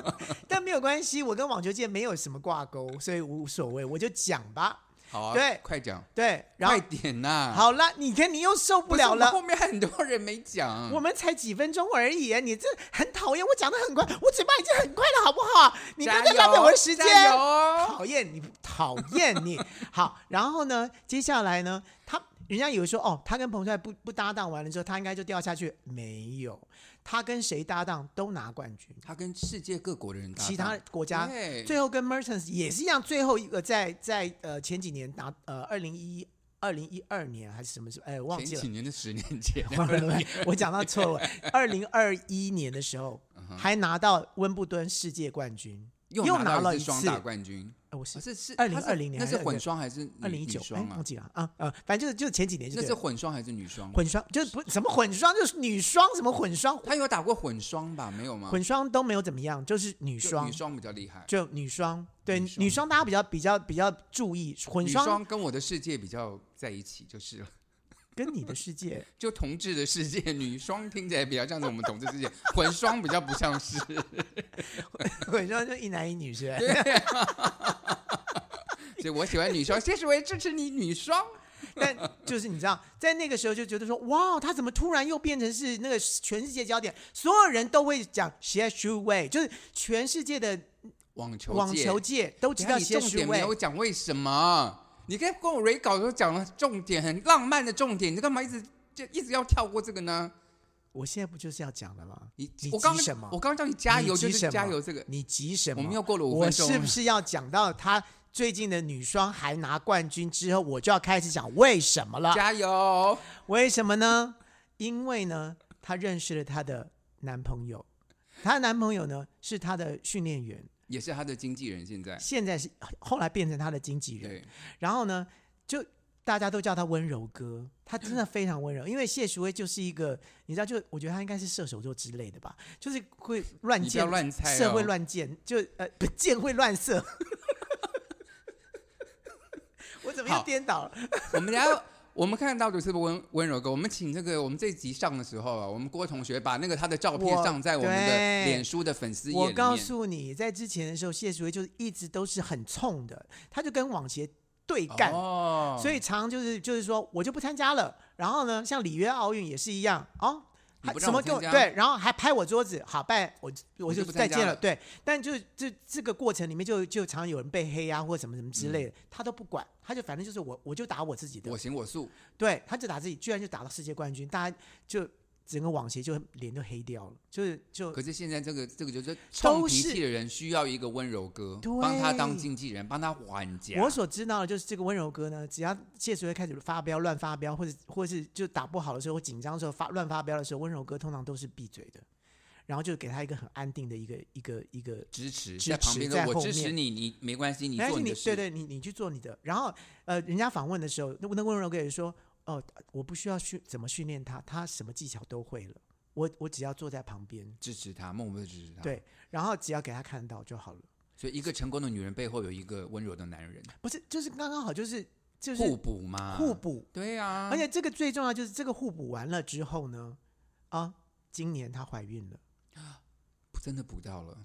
Speaker 1: 但没有关系，我跟网球界没有什么挂钩，所以无所谓，我就讲吧。
Speaker 2: 好啊，
Speaker 1: 对
Speaker 2: 快讲，
Speaker 1: 对，然
Speaker 2: 快
Speaker 1: 后
Speaker 2: 点呐！，
Speaker 1: 好了，你看你又受不
Speaker 2: 不是
Speaker 1: 了
Speaker 2: 我们
Speaker 1: 了
Speaker 2: 后。面还很多人没讲。
Speaker 1: 我们才几分钟而已，你这很讨厌。我讲的很快，我嘴巴已经很快了，好不好？你不要
Speaker 2: 加
Speaker 1: 再
Speaker 2: 油
Speaker 1: 浪费我的时间。
Speaker 2: 加油哦！
Speaker 1: 讨厌你，讨厌你。 好，然后呢，接下来呢，他人家以为说，哦，他跟彭帅不不搭档完了之后，他应该就掉下去，没有，他跟谁搭档都拿冠军，
Speaker 2: 他跟世界各国的人搭档，
Speaker 1: 其他国家。
Speaker 2: 对
Speaker 1: 最后跟 Mertens 也是一样，最后一个在在呃前几年拿呃二零一二零一二年还是什么时候，哎，忘
Speaker 2: 前
Speaker 1: 记了
Speaker 2: 几，年的十年前，
Speaker 1: 我讲到错 了。二零二一年的时候
Speaker 2: 嗯
Speaker 1: 还拿到温布敦世界冠军，
Speaker 2: 又
Speaker 1: 又
Speaker 2: 拿
Speaker 1: 拿
Speaker 2: 到
Speaker 1: 了一
Speaker 2: 一次双
Speaker 1: 次
Speaker 2: 打冠军，
Speaker 1: 呃我是
Speaker 2: 啊是是
Speaker 1: 2020
Speaker 2: 他是
Speaker 1: 年
Speaker 2: 那
Speaker 1: 还是
Speaker 2: 是混双还是女
Speaker 1: 二零一九
Speaker 2: 女，
Speaker 1: 哎
Speaker 2: 双，
Speaker 1: 忘
Speaker 2: 啊？
Speaker 1: 记了啊呃，反正就是就是前几年就
Speaker 2: 那
Speaker 1: 对
Speaker 2: 是
Speaker 1: 了。
Speaker 2: 混双还是女双？
Speaker 1: 混双就是不什么混双，就是女双什么混双，
Speaker 2: 他有打过混双吧？没有吗？
Speaker 1: 混双都没有怎么样，就是女
Speaker 2: 就
Speaker 1: 双
Speaker 2: 女双比较厉害，
Speaker 1: 就女双，对
Speaker 2: 女
Speaker 1: 女
Speaker 2: 双
Speaker 1: 双大家比较比较比较注意，混
Speaker 2: 女
Speaker 1: 双
Speaker 2: 双跟我的世界比较在一起，就是 了。
Speaker 1: 跟你的世 界
Speaker 2: 就同志的世界，女双听起来比较像是我们同志世界， 混双比较不像是。
Speaker 1: 混双就一男一女是吧？
Speaker 2: 所以我喜欢女双，谢世维支持你女双。
Speaker 1: 但就是你知道，在那个时候就觉得说，哇，他怎么突然又变成是那个全世界焦点，所有人都会讲 Xie Shu Wei，就是全世界的
Speaker 2: 网球界
Speaker 1: 网球界都知
Speaker 2: 等
Speaker 1: 道
Speaker 2: 下
Speaker 1: Xie
Speaker 2: 你重
Speaker 1: Shu
Speaker 2: 点没
Speaker 1: Wei
Speaker 2: 有。讲为什么？你跟跟我 re 稿的时候讲了重点，很浪漫的重点，你干嘛一直就一直要跳过这个呢？
Speaker 1: 我现在不就是要讲了吗？
Speaker 2: 你
Speaker 1: 你
Speaker 2: 我刚
Speaker 1: 急什么
Speaker 2: 我刚叫你加油，
Speaker 1: 你急
Speaker 2: 就是
Speaker 1: 什
Speaker 2: 加
Speaker 1: 么
Speaker 2: 油这个。
Speaker 1: 你急什么？
Speaker 2: 我们又过了五
Speaker 1: 我
Speaker 2: 分钟，啊
Speaker 1: 是不是要讲到她最近的女双还拿冠军之后，我就要开始讲为什么了？
Speaker 2: 加油？
Speaker 1: 为什么呢？因为呢，她认识了她的男朋友，她的男朋友呢是她的训练员，
Speaker 2: 也是他的经纪人现在。
Speaker 1: 现在是后来变成她的经纪人。
Speaker 2: 对，
Speaker 1: 然后呢，就大家都叫她温柔哥，她真的非常温柔。因为谢淑薇就是一个，你知道，就我觉得她应该是射手座之类的吧，就是会乱
Speaker 2: 你不
Speaker 1: 箭
Speaker 2: 要，乱猜、哦，
Speaker 1: 社会乱箭，就呃不箭会乱射。我怎么又
Speaker 2: 好
Speaker 1: 颠倒了？
Speaker 2: 我们聊，我们看到的是温温柔哥。我们请这个，我们这集上的时候啊，我们郭同学把那个他的照片
Speaker 1: 我
Speaker 2: 上在我们的
Speaker 1: 对
Speaker 2: 脸书的粉丝页里
Speaker 1: 我
Speaker 2: 面。
Speaker 1: 告诉你，在之前的时候，谢淑薇就一直都是很冲的，她就跟网协对干，
Speaker 2: 哦
Speaker 1: 所以常就是就是说我就不参加了。然后呢，像里约奥运也是一样哦，
Speaker 2: 你
Speaker 1: 还
Speaker 2: 不让
Speaker 1: 什么
Speaker 2: 我
Speaker 1: 给我
Speaker 2: 参加
Speaker 1: 对，然后还拍我桌子，好拜我我
Speaker 2: 你就
Speaker 1: 就
Speaker 2: 不参
Speaker 1: 再
Speaker 2: 加
Speaker 1: 见
Speaker 2: 了
Speaker 1: 了。对，但就是这这个过程里面就就常有人被黑啊或什么什么之类的，他都不管，他就反正就是我我就打我自己的
Speaker 2: 嗯我，行我素，
Speaker 1: 对，他就打自己，居然就打到世界冠军，大家就整个网协就脸都黑掉了，就是就
Speaker 2: 可是现在这个这个就是冲脾气的人需要一个温柔哥，
Speaker 1: 对
Speaker 2: 帮他当经纪人，帮他缓解。啊
Speaker 1: 我所知道的就是这个温柔哥呢，只要谢淑薇开始发飙、乱发飙，或者或是就打不好的时候、或紧张的时候发乱发飙的时候，温柔哥通常都是闭嘴的，然后就给他一个很安定的一个一个一个。
Speaker 2: 支
Speaker 1: 支
Speaker 2: 持
Speaker 1: 持
Speaker 2: 在旁边
Speaker 1: 在
Speaker 2: 说：“我
Speaker 1: 后
Speaker 2: 支持
Speaker 1: 面
Speaker 2: 你，你没关系，你
Speaker 1: 没关
Speaker 2: 做
Speaker 1: 系
Speaker 2: 你
Speaker 1: 你
Speaker 2: 的事。
Speaker 1: 对对，你你去做你的。然后呃，人家访问的时候，那那温柔哥也说，哦，我不需要训怎么训练他，他什么技巧都会了，我我只要坐在旁边，
Speaker 2: 支持他，默默的支持他。
Speaker 1: 对，然后只要给他看到就好了。
Speaker 2: 所以一个成功的女人背后有一个温柔的男人，
Speaker 1: 不是，就是刚刚好，就是就是
Speaker 2: 互补嘛，
Speaker 1: 互。补，
Speaker 2: 对啊，
Speaker 1: 而且这个最重要就是这个互补完了之后呢，啊，今年她怀孕了，
Speaker 2: 真的补到了，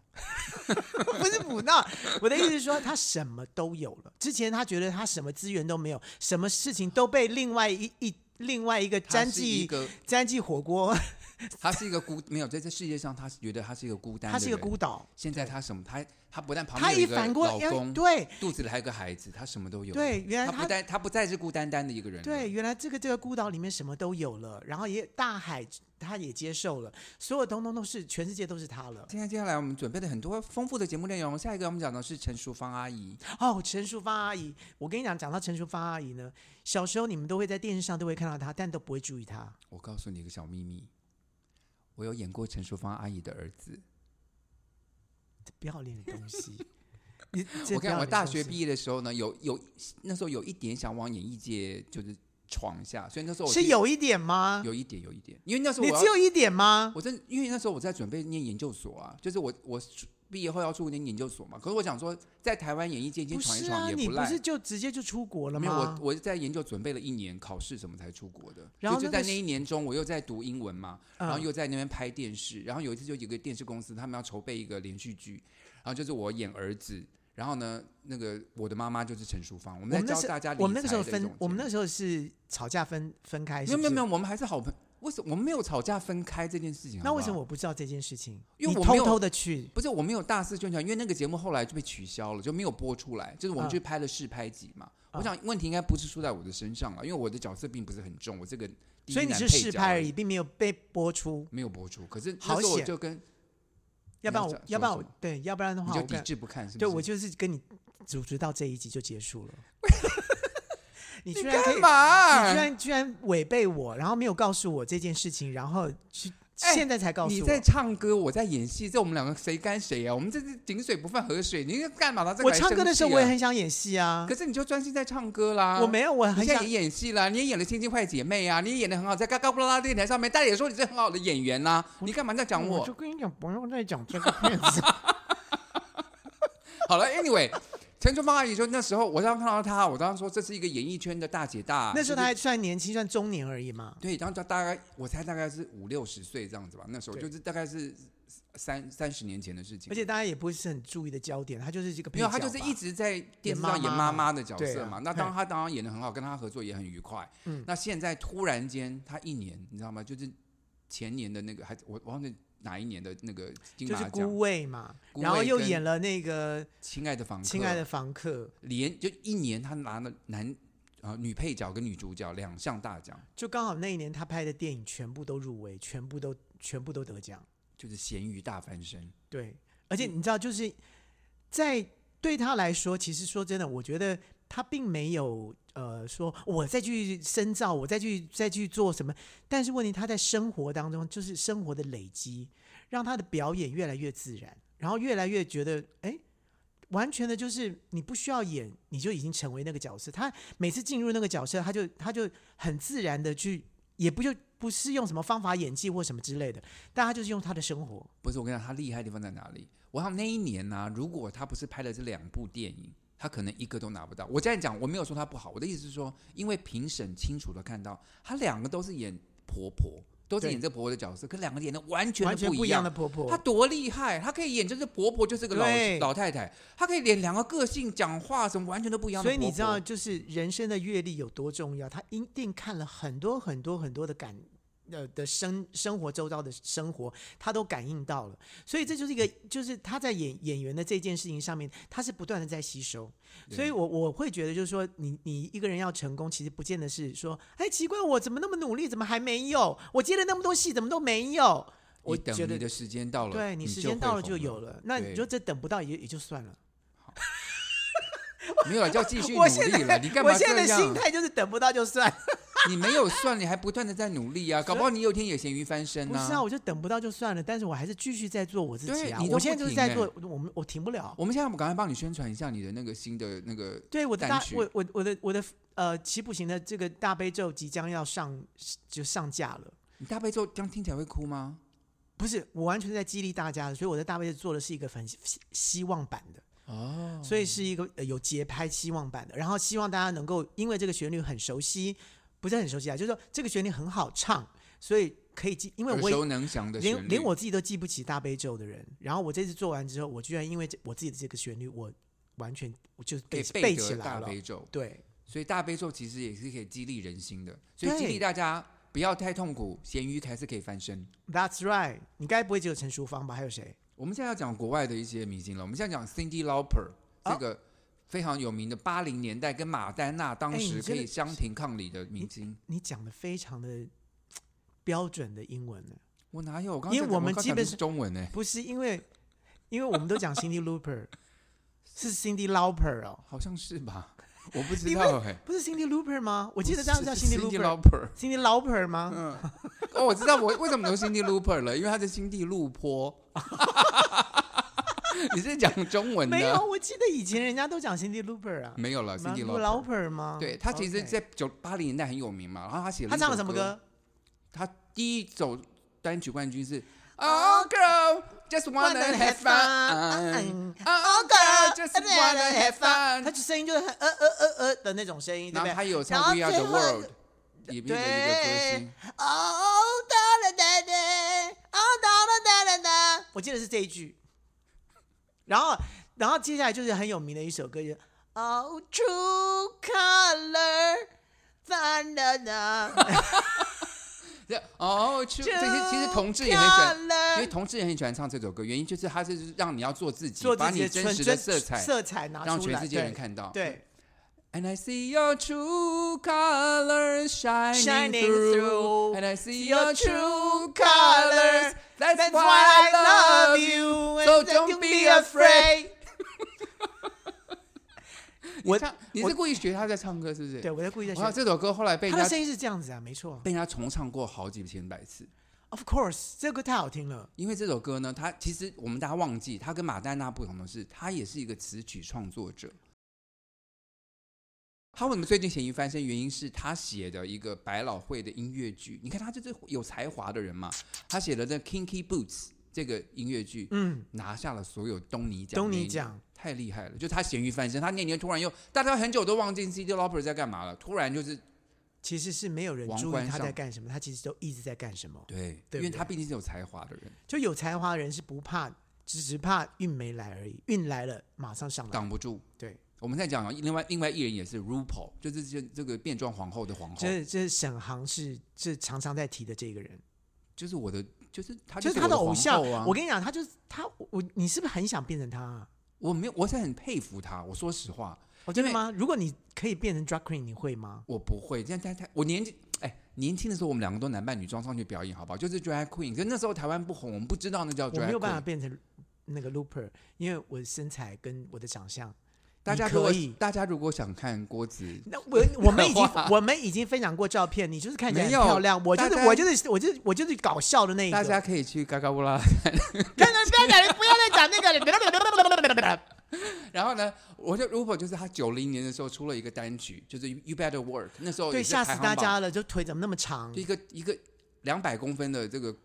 Speaker 1: 不是补闹，我的意思是说她什么都有了。之前她觉得她什么资源都没有，什么事情都被另外一一另外一个
Speaker 2: 他
Speaker 1: 詹
Speaker 2: 是一
Speaker 1: 记
Speaker 2: 个，
Speaker 1: 詹记火锅，
Speaker 2: 他是一个孤， 没有在这世界上，他是觉得他是一个孤单
Speaker 1: 她
Speaker 2: 的人。
Speaker 1: 是一个孤岛，
Speaker 2: 现在他什么？他他不但旁
Speaker 1: 她
Speaker 2: 边有
Speaker 1: 一
Speaker 2: 个
Speaker 1: 反过
Speaker 2: 老
Speaker 1: 来，哎
Speaker 2: 公，
Speaker 1: 对
Speaker 2: 肚子里还有个孩子，他什么都有。，
Speaker 1: 对，原来
Speaker 2: 他
Speaker 1: 她
Speaker 2: 不再他不再是孤单单的一个人了。
Speaker 1: 对，原来这个这个孤岛里面什么都有了，然后也大海她也接受了，所有通通都是全世界都是她了。
Speaker 2: 今天接下来我们准备了很多丰富的节目内容，下一个我们讲的是陈淑芳阿姨，
Speaker 1: 哦，陈淑芳阿姨，我跟你讲，讲到陈淑芳阿姨呢，小时候你们都会在电视上都会看到她，但都不会注意她。
Speaker 2: 我告诉你一个小秘密，我有演过陈淑芳阿姨的儿子。
Speaker 1: 这不要脸的东西！你这
Speaker 2: 我
Speaker 1: 不
Speaker 2: 看
Speaker 1: 要脸
Speaker 2: 我
Speaker 1: 的
Speaker 2: 大
Speaker 1: 东
Speaker 2: 学
Speaker 1: 西
Speaker 2: 毕业的时候呢，有有那时候有一点想往演艺界就是闯一下，所以那时候我
Speaker 1: 是
Speaker 2: 去
Speaker 1: 有一点吗？
Speaker 2: 有一点有一点，因为那时候
Speaker 1: 你
Speaker 2: 我
Speaker 1: 只
Speaker 2: 要
Speaker 1: 有一点吗？
Speaker 2: 我真因为那时候我在准备念研究所啊，就是我我毕业后要出念研究所嘛，可是我想说在台湾演艺界先
Speaker 1: 不
Speaker 2: 闯一
Speaker 1: 是
Speaker 2: 闯
Speaker 1: 啊，
Speaker 2: 也
Speaker 1: 你不
Speaker 2: 赖。
Speaker 1: 是就直接就出国了
Speaker 2: 没有，
Speaker 1: 吗
Speaker 2: 我？我在研究准备了一年，考试什么才出国的。
Speaker 1: 然后
Speaker 2: 所以就
Speaker 1: 那
Speaker 2: 在
Speaker 1: 个
Speaker 2: 那
Speaker 1: 是
Speaker 2: 一年中，我又在读英文嘛，然后
Speaker 1: 嗯
Speaker 2: 又在那边拍电视。然后有一次就有一个电视公司，他们要筹备一个连续剧，然后就是我演儿子，然后呢，那个我的妈妈就是陈淑芳，我们
Speaker 1: 我
Speaker 2: 在
Speaker 1: 们那
Speaker 2: 教
Speaker 1: 时
Speaker 2: 大家理财
Speaker 1: 我们那个时候
Speaker 2: 的一种
Speaker 1: 分，我们那
Speaker 2: 节
Speaker 1: 个时候是吵架分分开，
Speaker 2: 目没有没有没
Speaker 1: 有。
Speaker 2: 有，我们还是好朋友。为什么我们没有吵架分开这件事情？
Speaker 1: 那
Speaker 2: 好不
Speaker 1: 为什
Speaker 2: 好
Speaker 1: 么我不知道这件事情？
Speaker 2: 啊因为
Speaker 1: 你
Speaker 2: 我没
Speaker 1: 偷
Speaker 2: 有
Speaker 1: 偷的去，
Speaker 2: 不是我没有大肆宣传，因为那个节目后来就被取消了，就没有播出来。就是我
Speaker 1: 嗯
Speaker 2: 们去拍了试拍集嘛。
Speaker 1: 嗯
Speaker 2: 我想问题应该不是出在我的身上了，因为我的角色并不是很重，我这个第一
Speaker 1: 所以你
Speaker 2: 男
Speaker 1: 是
Speaker 2: 配
Speaker 1: 试
Speaker 2: 角
Speaker 1: 拍
Speaker 2: 而
Speaker 1: 而
Speaker 2: 已
Speaker 1: 已，并没有被播出。
Speaker 2: 没有播出。可是
Speaker 1: 好
Speaker 2: 那时候我
Speaker 1: 险
Speaker 2: 就跟
Speaker 1: 要不然
Speaker 2: 你
Speaker 1: 我
Speaker 2: 要，讲
Speaker 1: 要不然
Speaker 2: 说
Speaker 1: 我
Speaker 2: 什么，
Speaker 1: 对，要不然的
Speaker 2: 你
Speaker 1: 话，
Speaker 2: 就
Speaker 1: 我
Speaker 2: 抵
Speaker 1: 跟
Speaker 2: 制不看，是不是？
Speaker 1: 对我就是跟你主持到这一集就结束 了。你居然可以，
Speaker 2: 干
Speaker 1: 你居
Speaker 2: 嘛？
Speaker 1: 然居然违背我，然后没有告诉我这件事情，然后去、
Speaker 2: 哎
Speaker 1: 现在才告诉
Speaker 2: 你
Speaker 1: 我。
Speaker 2: 在唱歌，我在演戏，这我们两个谁干谁啊？我们这是井水不犯河水，你是干嘛到这个
Speaker 1: 我
Speaker 2: 来
Speaker 1: 唱歌的
Speaker 2: 生
Speaker 1: 时候，
Speaker 2: 气
Speaker 1: 我也
Speaker 2: 啊
Speaker 1: 很想演戏啊
Speaker 2: 可，是你就专心在唱歌啦。
Speaker 1: 我没有，我
Speaker 2: 你
Speaker 1: 很
Speaker 2: 现在
Speaker 1: 想
Speaker 2: 也。演戏啦，你也演了《亲亲坏姐妹》啊，你也演的很好，在《嘎嘎布拉拉》电台上面，大家也说你是很好的演员啦、你干嘛在讲我？
Speaker 1: 就跟你讲，不用再讲这个片 子。
Speaker 2: 好了，Anyway，陈春芳阿姨说那时候我当时看到她，我当时说这是一个演艺圈的大姐大。
Speaker 1: 那时候
Speaker 2: 就
Speaker 1: 他
Speaker 2: 是
Speaker 1: 还算年轻，算中年而已嘛。
Speaker 2: 对，然后她大概我猜大概是五六十岁这样子吧，那时候
Speaker 1: 对
Speaker 2: 就是大概是三三十年前的事情。
Speaker 1: 而且大家也不是很注意的焦点，他就是这个配角
Speaker 2: 没有，
Speaker 1: 吧。
Speaker 2: 她就是一直在电
Speaker 1: 演
Speaker 2: 视
Speaker 1: 妈
Speaker 2: 上演
Speaker 1: 妈嘛
Speaker 2: 妈妈的角色
Speaker 1: 对啊
Speaker 2: 嘛。那当她当然演的很好，跟她合作也很愉快。
Speaker 1: 嗯
Speaker 2: 那现在突然间她一年，你知道吗？就是前年的那个，还我我忘记哪一年的那个金
Speaker 1: 就
Speaker 2: 马
Speaker 1: 是
Speaker 2: 奖，
Speaker 1: 孤味嘛，
Speaker 2: 孤
Speaker 1: 然后
Speaker 2: 味
Speaker 1: 又
Speaker 2: 跟
Speaker 1: 演了那个《
Speaker 2: 亲爱的房客》，
Speaker 1: 亲爱的房客》，
Speaker 2: 连就一年，她拿了男呃女配角跟女主角两项大奖。
Speaker 1: 就刚好那一年他拍的电影全部都入围，全部都全部都得奖。
Speaker 2: 就是咸鱼大翻身，
Speaker 1: 对，而且你知道，就是在对他来说，其实说真的，我觉得他并没有呃说我再去深造，我再去再去做什么。但是问题，他在生活当中，就是生活的累积，让他的表演越来越自然，然后越来越觉得哎。完全的就是你不需要演，你就已经成为那个角色。他每次进入那个角色，他就他就很自然的去，也不就不是用什么方法演技或什么之类的，但他就是用他的生活。
Speaker 2: 不是我跟你讲，他厉害的地方在哪里？我想那一年呢、如果他不是拍了这两部电影，他可能一个都拿不到。我这样讲，我没有说他不好，我的意思是说，因为评审清楚的看到他两个都是演婆婆，都是
Speaker 1: 对
Speaker 2: 演这婆婆的角色，可两个演的完全
Speaker 1: 完
Speaker 2: 的
Speaker 1: 全
Speaker 2: 不
Speaker 1: 不
Speaker 2: 一
Speaker 1: 一样
Speaker 2: 样
Speaker 1: 的。婆婆
Speaker 2: 她。多厉害，她可以演就是婆婆，就是个老
Speaker 1: 对
Speaker 2: 老太太，她可以演两个个性、讲话什么完全都不一样的
Speaker 1: 所以
Speaker 2: 婆婆。
Speaker 1: 你知道，就是人生的阅历有多重要，他一定看了很多很多很多的感。呃的生生活周遭的生活，他都感应到了，所以这就是一个，就是他在演演员的这件事情上面，他是不断的在吸收，
Speaker 2: 对
Speaker 1: 所以我我会觉得就是说，你你一个人要成功，其实不见得是说，哎，奇怪，我怎么那么努力，怎么还没有？我接了那么多戏，怎么都没有？我
Speaker 2: 你等
Speaker 1: 觉得
Speaker 2: 你的时间到了，
Speaker 1: 对
Speaker 2: 你
Speaker 1: 时间到了
Speaker 2: 就
Speaker 1: 就
Speaker 2: 会
Speaker 1: 有
Speaker 2: 红了。
Speaker 1: 了，那
Speaker 2: 对
Speaker 1: 你就这等不到也也就算了。
Speaker 2: 没有了，就要继续 努
Speaker 1: 我现
Speaker 2: 力了。
Speaker 1: 在
Speaker 2: 你干嘛
Speaker 1: 我
Speaker 2: 这
Speaker 1: 现在的心
Speaker 2: 样？
Speaker 1: 态就是等不到就算。
Speaker 2: 你没有算，你还不断的在努力啊，搞不好你有一天也咸鱼翻身
Speaker 1: 不
Speaker 2: 呢、
Speaker 1: 是啊，我就等不到就算了，但是我还是继续在做我自己啊
Speaker 2: 对你。都
Speaker 1: 我
Speaker 2: 不
Speaker 1: 现在就是
Speaker 2: 停
Speaker 1: 在
Speaker 2: 欸
Speaker 1: 做，我们我停不了。
Speaker 2: 我们现在赶快帮你宣传一下你的那个新的那个，
Speaker 1: 对我的
Speaker 2: 单
Speaker 1: 大
Speaker 2: 曲
Speaker 1: 我我我的我的呃齐普行的这个大悲咒即将要上就上架了。
Speaker 2: 你大悲咒这样听起来会哭吗？
Speaker 1: 不是，我完全在激励大家的，所以我的大悲咒做的是一个很希希望版的，
Speaker 2: 哦，
Speaker 1: 所以是一个、呃有节拍希望版的。然后希望大家能够因为这个旋律很熟悉，不是很熟悉啊，就是说这个旋律很好唱，所以可以记，因为
Speaker 2: 耳
Speaker 1: 我也
Speaker 2: 熟能详的旋
Speaker 1: 连
Speaker 2: 律
Speaker 1: 连我自己都记不起大悲咒的人，然后我这次做完之后，我居然因为这我自己的这个旋律，我完全我就
Speaker 2: 可
Speaker 1: 背
Speaker 2: 以
Speaker 1: 起
Speaker 2: 背
Speaker 1: 起
Speaker 2: 得
Speaker 1: 来
Speaker 2: 大
Speaker 1: 了。
Speaker 2: 悲咒，
Speaker 1: 对，
Speaker 2: 所以大悲咒其实也是可以激励人心的，所以
Speaker 1: 对
Speaker 2: 激励大家不要太痛苦，咸鱼还是可以翻身。
Speaker 1: That's right。你该不会只有陈淑芳吧？还有谁？
Speaker 2: 我们现在要讲国外的一些明星了，我们现在讲 Cindy Lauper
Speaker 1: 啊
Speaker 2: 这个非常有名的八零年代跟马丹娜当
Speaker 1: 哎
Speaker 2: 时
Speaker 1: 你
Speaker 2: 可
Speaker 1: 真
Speaker 2: 以
Speaker 1: 的
Speaker 2: 相庭抗礼的明星。
Speaker 1: 你讲的非常的标准的英文呢，
Speaker 2: 我哪有？我刚
Speaker 1: 因为
Speaker 2: 才讲
Speaker 1: 我们
Speaker 2: 刚
Speaker 1: 基
Speaker 2: 讲
Speaker 1: 本
Speaker 2: 的是
Speaker 1: 上
Speaker 2: 中文呢、
Speaker 1: 不是因为因为我们都讲 Cindy Lauper，是 Cindy Lauper 哦，
Speaker 2: 好像 是吧？我不知
Speaker 1: 因为
Speaker 2: 道哎、
Speaker 1: 不是 Cindy Lauper 吗？我记得
Speaker 2: 不
Speaker 1: 当时
Speaker 2: 是
Speaker 1: 叫
Speaker 2: 是
Speaker 1: Cindy
Speaker 2: Cindy
Speaker 1: Lauper。
Speaker 2: Lauper。
Speaker 1: Cindy Lauper 吗？
Speaker 2: 嗯，哦，我知道我为什么读 Cindy Lauper 了，因为他是辛地路坡。 你是讲中文的？
Speaker 1: 没有，我记得以前人家都讲 Cindy Lauper 啊，
Speaker 2: 没有了
Speaker 1: 吗
Speaker 2: ，Cindy Lauper。
Speaker 1: Lauper 吗？
Speaker 2: 对他其实，
Speaker 1: OK
Speaker 2: 在九八零年代很有名嘛，然后他写了
Speaker 1: 他
Speaker 2: 一
Speaker 1: 唱了
Speaker 2: 首
Speaker 1: 什么歌？
Speaker 2: 他第一首单曲冠军是
Speaker 1: 哦
Speaker 2: Oh girl just wanna have
Speaker 1: 嗯
Speaker 2: fun。Oh girl just wanna have fun。
Speaker 1: 他就声音就是很呃呃呃呃的那种声音，对
Speaker 2: 然
Speaker 1: 不
Speaker 2: 后
Speaker 1: 对
Speaker 2: 他也有唱《We Are
Speaker 1: 然
Speaker 2: the
Speaker 1: 后最后
Speaker 2: World》里面的一个歌
Speaker 1: 对
Speaker 2: 星，
Speaker 1: 哦哒啦哒哒，哦哒啦哒哒哒，我记得是这一句。然后，然后接下来就是很有名的一首歌，就是 Oh True Color。哒哒 哒，
Speaker 2: 这哦，就这些其实同志也很喜欢。因为
Speaker 1: 欢，
Speaker 2: 同志也很喜欢唱这首歌，原因就是它是让你要做自己，
Speaker 1: 做
Speaker 2: 把
Speaker 1: 自己
Speaker 2: 你
Speaker 1: 的
Speaker 2: 真
Speaker 1: 纯
Speaker 2: 实的
Speaker 1: 真
Speaker 2: 色彩
Speaker 1: 色彩拿出来，
Speaker 2: 让全世界人
Speaker 1: 对
Speaker 2: 看到。
Speaker 1: 对，
Speaker 2: ，And I see your true colors shining,
Speaker 1: Shining
Speaker 2: through,
Speaker 1: through.
Speaker 2: and I see
Speaker 1: Your
Speaker 2: your true
Speaker 1: true colors.
Speaker 2: colors. That's
Speaker 1: That's
Speaker 2: why
Speaker 1: why I
Speaker 2: I
Speaker 1: love
Speaker 2: love you.
Speaker 1: you.
Speaker 2: so
Speaker 1: and
Speaker 2: don't be
Speaker 1: afraid.
Speaker 2: afraid. 你
Speaker 1: 我
Speaker 2: 唱，你
Speaker 1: 我
Speaker 2: 是故意学他在唱歌是不是？
Speaker 1: 对，我在故意在
Speaker 2: 哇，
Speaker 1: 学。
Speaker 2: 这首歌后来被
Speaker 1: 他的
Speaker 2: 人家
Speaker 1: 声音是这样子啊，没错。
Speaker 2: 被人家重唱过好几千百次。
Speaker 1: Of course，这个歌太好听了。
Speaker 2: 因为这首歌呢，它其实我们大家忘记，它跟马丹娜不同的是，它也是一个词曲创作者。他为什么最近咸鱼翻身？原因是他写的一个百老汇的音乐剧。你看他就是有才华的人嘛，他写的这《Kinky Boots》这个音乐剧
Speaker 1: 嗯，
Speaker 2: 拿下了所有东尼奖。
Speaker 1: 东尼，奖，
Speaker 2: 太厉害了！就他咸鱼翻身，他那年突然又大家很久都忘记 CD Lauper 在干嘛了，突然就是
Speaker 1: 其实是没有人
Speaker 2: 王
Speaker 1: 注
Speaker 2: 冠
Speaker 1: 意他在
Speaker 2: 上
Speaker 1: 干什么，他其实都一直在干什么。
Speaker 2: 对，
Speaker 1: 对不
Speaker 2: 因为
Speaker 1: 对
Speaker 2: 他毕竟是有才华的人，
Speaker 1: 就有才华的人是不怕，只只怕运没来而已，运来了马上上来。
Speaker 2: 挡不住。
Speaker 1: 对，
Speaker 2: 我们在讲另外另外艺人也是 RuPaul，就是这这个变装皇后的皇后，
Speaker 1: 这这沈航是这常常在提的这个人，
Speaker 2: 就是我的，就是她
Speaker 1: 就是他
Speaker 2: 的
Speaker 1: 的偶像。
Speaker 2: 我的皇后啊。
Speaker 1: 我跟你讲，他就是他，我你是不是很想变成他、啊？
Speaker 2: 我没有，我是很佩服她。我说实话，
Speaker 1: 哦，真的
Speaker 2: 因为
Speaker 1: 吗？如果你可以变成 drag queen，你会吗？
Speaker 2: 我不会。这样她她我年纪哎年轻的时候，我们两个都男扮女装上去表演，好不好？就是 drag queen，可是那时候台湾不红，我们不知道那叫
Speaker 1: 我
Speaker 2: 哦 drag
Speaker 1: 没有办法
Speaker 2: queen。
Speaker 1: 变成那个 looper，因为我的身材跟我的长相。
Speaker 2: 大家
Speaker 1: 你
Speaker 2: 如果
Speaker 1: 可以
Speaker 2: 大家如果想看郭子，
Speaker 1: 那 我我们已经
Speaker 2: 哇
Speaker 1: 我们已经分享过照片，你就是看起来
Speaker 2: 啊没
Speaker 1: 很
Speaker 2: 有
Speaker 1: 漂亮，我就
Speaker 2: 大
Speaker 1: 是
Speaker 2: 家
Speaker 1: 我就是我就是我就是搞笑的那一个。
Speaker 2: 大家可以去嘎嘎乌拉。
Speaker 1: 不要不要讲不要再讲那个 了。
Speaker 2: 然后呢，我就 RuPaul 就是她九零年的时候出了一个单曲，就是 You Better Work，那时候
Speaker 1: 对，
Speaker 2: 也是
Speaker 1: 吓死
Speaker 2: 排行
Speaker 1: 大
Speaker 2: 榜
Speaker 1: 家了，就腿怎么那么长
Speaker 2: 就？一个一个两百公分的这个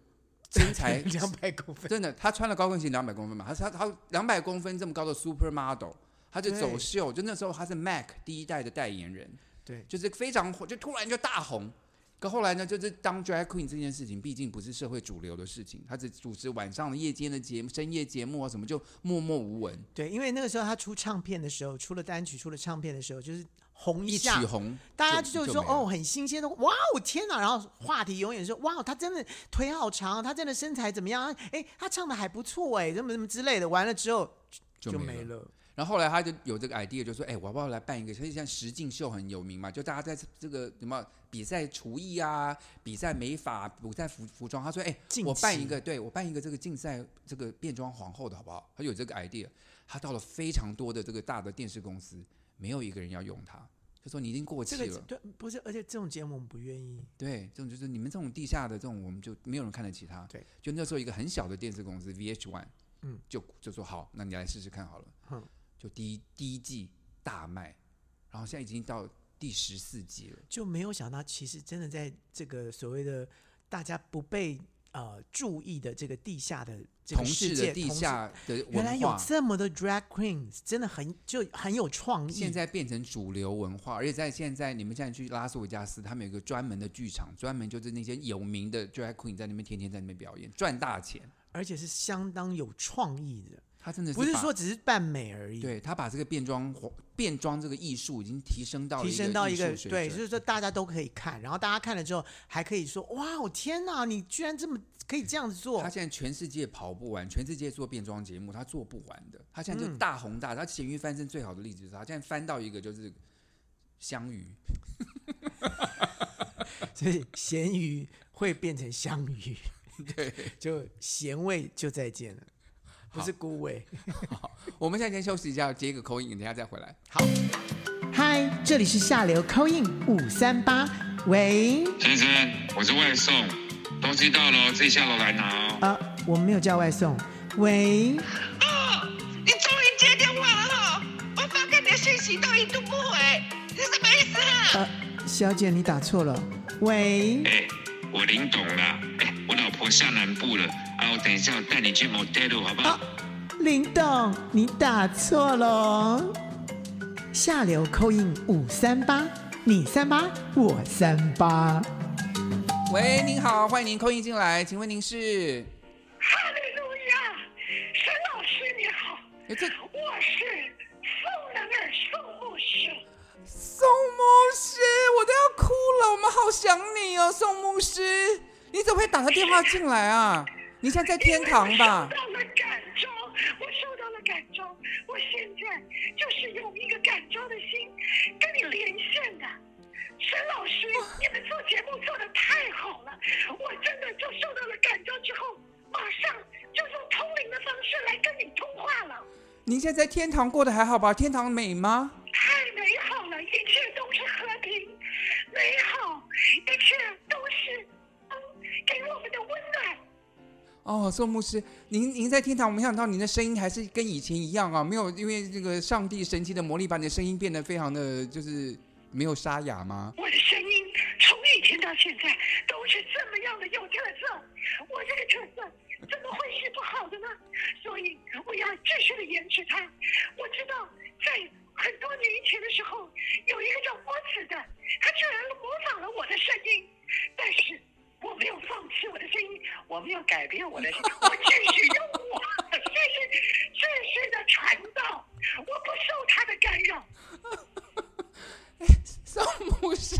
Speaker 2: 身材，
Speaker 1: 两百公分。
Speaker 2: 真的，他穿了高跟鞋两百公分嘛，他他他两百公分这么高的 super model，他就
Speaker 1: 对
Speaker 2: 走秀，就那时候他是 Mac 第一代的代言人，
Speaker 1: 对，
Speaker 2: 就是非常火，就突然就大红。可后来呢，就是当 drag queen 这件事情，毕竟不是社会主流的事情，他只主持晚上的夜间的节目、深夜节目啊什么，就默默无闻，
Speaker 1: 对，因为那个时候他出唱片的时候，出了单曲、出了唱片的时候，就是红
Speaker 2: 一起
Speaker 1: 下，
Speaker 2: 红，
Speaker 1: 大家
Speaker 2: 就
Speaker 1: 就
Speaker 2: 就
Speaker 1: 说
Speaker 2: 没了
Speaker 1: 哦，很新鲜的，哇哦，天哪！然后话题永远是哇，他真的腿好长，他真的身材怎么样？哎，他唱的还不错哎，怎么怎么之类的。完了之后
Speaker 2: 就
Speaker 1: 就
Speaker 2: 没了。
Speaker 1: 了。
Speaker 2: 然后后来他就有这个 idea，就说：“哎、我要不要来办一个？所以像实境秀很有名嘛，就大家在这个什么比赛厨艺啊、比赛美发、比赛服服装。”他说：“哎、
Speaker 1: 近期
Speaker 2: 我办一个，对我办一个这个竞赛，这个变装皇后的好不好？”他有这个 idea，他到了非常多的这个大的电视公司，没有一个人要用他，就说你已经过
Speaker 1: 这
Speaker 2: 期
Speaker 1: 个
Speaker 2: 了。
Speaker 1: 对，不是，而且这种节目我们不愿意。
Speaker 2: 对，这种就是你们这种地下的这种，我们就没有人看得起他。
Speaker 1: 对，
Speaker 2: 就那时候一个很小的电视公司 VH1，
Speaker 1: 嗯，
Speaker 2: 就就说好，那你来试试看好了。
Speaker 1: 嗯
Speaker 2: 就第一第一季大卖，然后现在已经到第十四季了。
Speaker 1: 就没有想到，其实真的在这个所谓的大家不被呃注意的这个地下的这个
Speaker 2: 同
Speaker 1: 世
Speaker 2: 事
Speaker 1: 界，
Speaker 2: 的地
Speaker 1: 同志
Speaker 2: 下的
Speaker 1: 原来
Speaker 2: 文
Speaker 1: 有
Speaker 2: 化，
Speaker 1: 这么多 drag queens，真的很就很有创意。
Speaker 2: 现在变成主流文化，而且在现在你们现在去拉斯维加斯，他们有一个专门的剧场，专门就是那些有名的 drag queen 在那边天天在那边表演，赚大钱。
Speaker 1: 而且是相当有创意的，
Speaker 2: 他真的
Speaker 1: 不是
Speaker 2: 把
Speaker 1: 说只是扮美而已。
Speaker 2: 对他把这个变装活变装这个艺术已经提升到了
Speaker 1: 提升到一
Speaker 2: 艺术嗯
Speaker 1: 个
Speaker 2: 水
Speaker 1: 对，
Speaker 2: 准
Speaker 1: 就是说大家都可以看，然后大家看了之后还可以说：“哇，我天哪，你居然这么可以这样子做
Speaker 2: 他现在全世界跑不完，全世界做变装节目他做不完的。他现在
Speaker 1: 嗯
Speaker 2: 就大红大紫，他咸鱼翻身最好的例子就是他现在翻到一个就是香鱼，！”
Speaker 1: 所以咸鱼会变成香 鱼，对，就咸味就再见了，不是菇味。
Speaker 2: 我们现在先休息一下，接一个口音，等一下再回来。
Speaker 1: 好，嗨，这里是下流 c in 五三八，喂，
Speaker 3: 先生，我是外送，东西到了哦自己下楼来拿哦。
Speaker 1: 呃，我们没有叫外送，喂，
Speaker 4: 哦，你终于接电话了哈、我发给你的讯息都一度不回，是什么意思啊？
Speaker 1: 呃，小姐你打错了，喂。
Speaker 3: 哎、我林董啦，哎、我老婆下南部了，啊，我等一下我带你去 motel 好不好？
Speaker 1: 林董，啊你打错喽！下流扣印五三八，你三八，我三八。
Speaker 2: 喂，您好，欢迎您口音进来，请问您是？
Speaker 4: 哈利路亚，沈老师你好，
Speaker 2: 哎，这
Speaker 4: 我是宋能儿宋牧师。
Speaker 2: 宋牧师，我都要哭了，我们好想你哦，宋牧师，你怎么会打个电话进来啊？你现在在天堂吧
Speaker 4: 我？受到了感召，我受到了感召，我现在就是用一个感召的心跟你连线的。沈老师，你们做节目做的太好了，我真的就受到了感召之后，马上就用通灵的方式来跟你通话了，
Speaker 2: 您现在在天堂过得还好吧？天堂美吗？
Speaker 4: 太美好了，一切都是和平、美好，一切都是嗯给我们的温暖。
Speaker 2: 哦，宋牧师，您您在天堂，我没想到您的声音还是跟以前一样啊，没有因为这个上帝神奇的魔力把你的声音变得非常的就是没有沙哑吗？
Speaker 4: 我的声音从以前到现在都是这么样的有特色，我这个特色怎么会是不好的呢？所以我要继续的延迟它。我知道在很多年前的时候，有一个叫波子的，他居然模仿了我的声音，但是我没有放弃我的声音，我没有改变我的声音，我继续用我的声音继续的传道，我不受他的干扰。
Speaker 2: 宋牧师，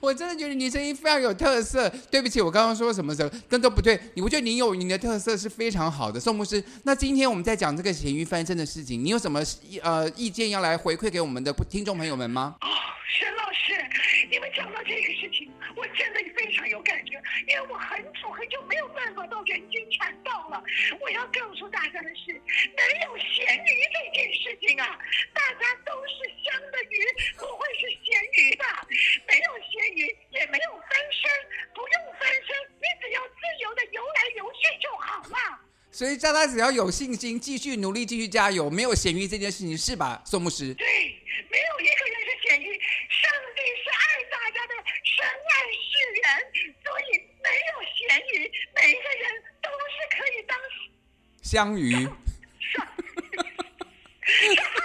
Speaker 2: 我真的觉得你声音非常有特色。对不起，我刚刚说什么时候？但都不对，我觉得您有您的特色是非常好的，宋牧师。那今天我们在讲这个咸鱼翻身的事情，你有什么呃意见要来回馈给我们的听众朋友们吗？
Speaker 4: 哦，沈老师，你们讲到这个事情，我真的非常有感觉，因为我很久很久没有办法到人间传道了。我要告诉大家的是，没有咸鱼这件事情啊，大家都是香的鱼，不会是咸鱼的。没有咸鱼，也没有翻身，不用翻身，你只要自由的游来游去就好了。
Speaker 2: 所以大家只要有信心，继续努力，继续加油，没有咸鱼这件事情是吧，宋牧师？
Speaker 4: 对，没有一个人是咸鱼，上帝是爱大家的，神爱世人，所以没有咸鱼，每一个人都是可以当
Speaker 2: 香鱼。
Speaker 4: 上上鱼的。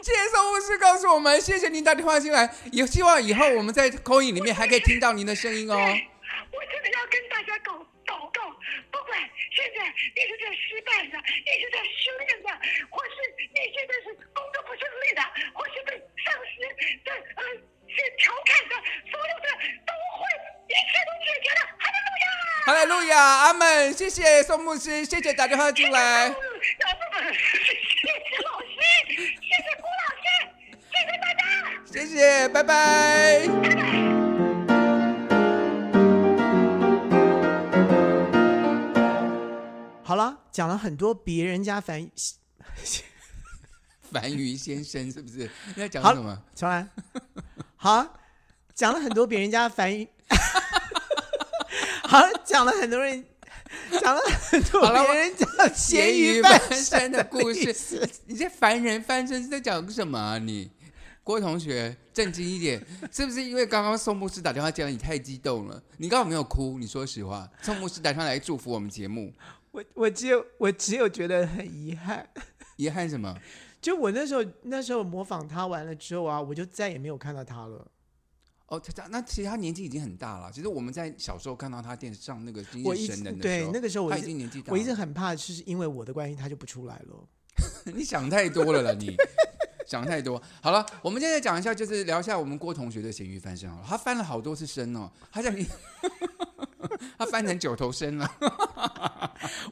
Speaker 2: 谢谢宋牧师，事告诉我们，谢谢您打电话进来，也希望以后我们在口音里面还可以听到您的声音哦。
Speaker 4: 对， 我真的要跟大家祷祷告，不管现在你是在失败的，你是在失恋的，或是你现在是工作不顺利的，或是被上司的呃是调侃的，所有的都会一切都解决了，还能怎么样？
Speaker 2: 好嘞，路亚阿门，谢谢宋牧师，谢谢打电话进来
Speaker 4: 嗯，。然后呃谢谢老师，谢谢郭老师，谢谢大家。
Speaker 2: 谢谢，拜拜。
Speaker 1: 好了，讲了很多别人家反。
Speaker 2: 樊于先生是不是？你在讲
Speaker 1: 好
Speaker 2: 什么？
Speaker 1: 乔兰， 好，讲了很多别人家反应， 好，讲了很多人，讲了很多
Speaker 2: 好了
Speaker 1: 别人家咸鱼
Speaker 2: 翻
Speaker 1: 半
Speaker 2: 身的故
Speaker 1: 意
Speaker 2: 事
Speaker 1: 思，
Speaker 2: 你这凡人翻身是在讲什么、啊？你郭同学正经一点，是不是因为刚刚宋牧师打电话进来，你太激动了？你刚刚有没有哭？你说实话，宋牧师打电话来祝福我们节目，
Speaker 1: 我我只有我只有觉得很遗憾，
Speaker 2: 遗憾什么？
Speaker 1: 就我那时候那时候模仿他完了之后啊，我就再也没有看到他了。
Speaker 2: 哦，他他那其实他年纪已经很大了。其实我们在小时候看到他电视上那个《经
Speaker 1: 我
Speaker 2: 济
Speaker 1: 一
Speaker 2: 神
Speaker 1: 直
Speaker 2: 人》的时
Speaker 1: 对
Speaker 2: 候，
Speaker 1: 那个时候我
Speaker 2: 他
Speaker 1: 一
Speaker 2: 已
Speaker 1: 直
Speaker 2: 经年纪大了，
Speaker 1: 我一直很怕，是因为我的关系他就不出来了。
Speaker 2: 你想太多了啦，你想太多。好了，我们现在讲一下，就是聊一下我们郭同学的咸鱼翻身好了。他翻了好多次身哦，他在 他翻成九头身了。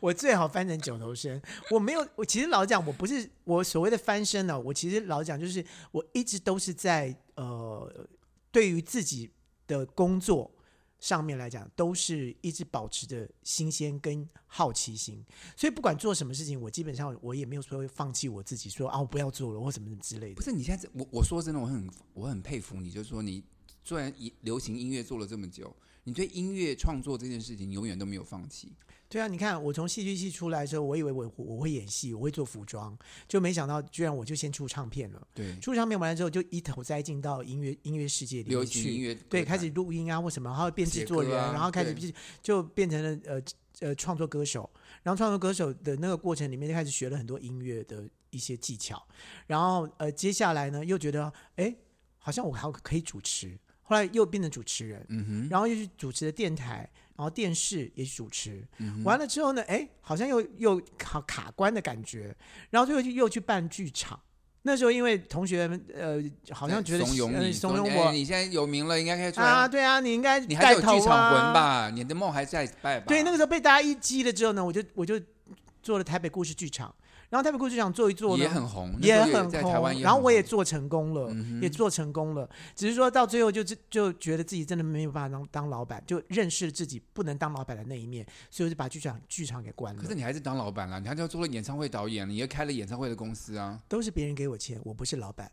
Speaker 1: 我最好翻成九头身。我没有，我其实老讲，我不是我所谓的翻身呢、啊我其实老讲就是我一直都是在呃，对于自己的工作上面来讲，都是一直保持着新鲜跟好奇心。所以不管做什么事情，我基本上我也没有说放弃我自己，说啊我不要做了或什么之类
Speaker 2: 不
Speaker 1: 的。
Speaker 2: 是，你现在这我我说真的，我很我很佩服你，就是说你虽然以流行音乐做了这么久，你对音乐创作这件事情永远都没有放弃。
Speaker 1: 对啊，你看我从戏剧系出来的时候，我以为我我会演戏，我会做服装，就没想到居然我就先出唱片了。
Speaker 2: 对，
Speaker 1: 出唱片完了之后，就一头栽进到音乐音乐世界里
Speaker 2: 流
Speaker 1: 面
Speaker 2: 行
Speaker 1: 去，
Speaker 2: 音乐
Speaker 1: 对，
Speaker 2: 歌坛
Speaker 1: 开始录音啊或什么，然后变
Speaker 2: 写
Speaker 1: 制作
Speaker 2: 歌
Speaker 1: 人，
Speaker 2: 啊
Speaker 1: 然后开始
Speaker 2: 对
Speaker 1: 就就变成了呃呃创作歌手，然后创作歌手的那个过程里面就开始学了很多音乐的一些技巧，然后呃接下来呢又觉得哎好像我还可以主持，后来又变成主持人，
Speaker 2: 嗯哼，
Speaker 1: 然后又去主持了电台，然后电视也去主持，
Speaker 2: 嗯
Speaker 1: 完了之后呢，哎，好像又又卡卡关的感觉，然后最后就又去办剧场。那时候因为同学们呃，好像觉得
Speaker 2: 怂恿
Speaker 1: 呃
Speaker 2: 你，
Speaker 1: 怂恿
Speaker 2: 说哎
Speaker 1: 我
Speaker 2: 你现在有名了，应该开始出来
Speaker 1: 啊，对啊，你应该
Speaker 2: 你还
Speaker 1: 带
Speaker 2: 是有
Speaker 1: 头
Speaker 2: 剧场
Speaker 1: 啊
Speaker 2: 魂吧？你的梦还在拜吧？
Speaker 1: 对，那个时候被大家一激了之后呢，我就我就做了台北故事剧场，然后台北故事剧场做一做呢
Speaker 2: 也很红，那
Speaker 1: 也
Speaker 2: 时候
Speaker 1: 很
Speaker 2: 在台湾
Speaker 1: 红，
Speaker 2: 也
Speaker 1: 然后
Speaker 2: 很
Speaker 1: 我也
Speaker 2: 红嗯
Speaker 1: 做成功了，也做成功了，只是说到最后就就就觉得自己真的没有办法当当老板，就认识了自己不能当老板的那一面，所以我就把剧场剧场给关了
Speaker 2: 可。是你还是当老板啦，你还是要做了演唱会导演，你也开了演唱会的公司啊。
Speaker 1: 都是别人给我钱，我不是老板，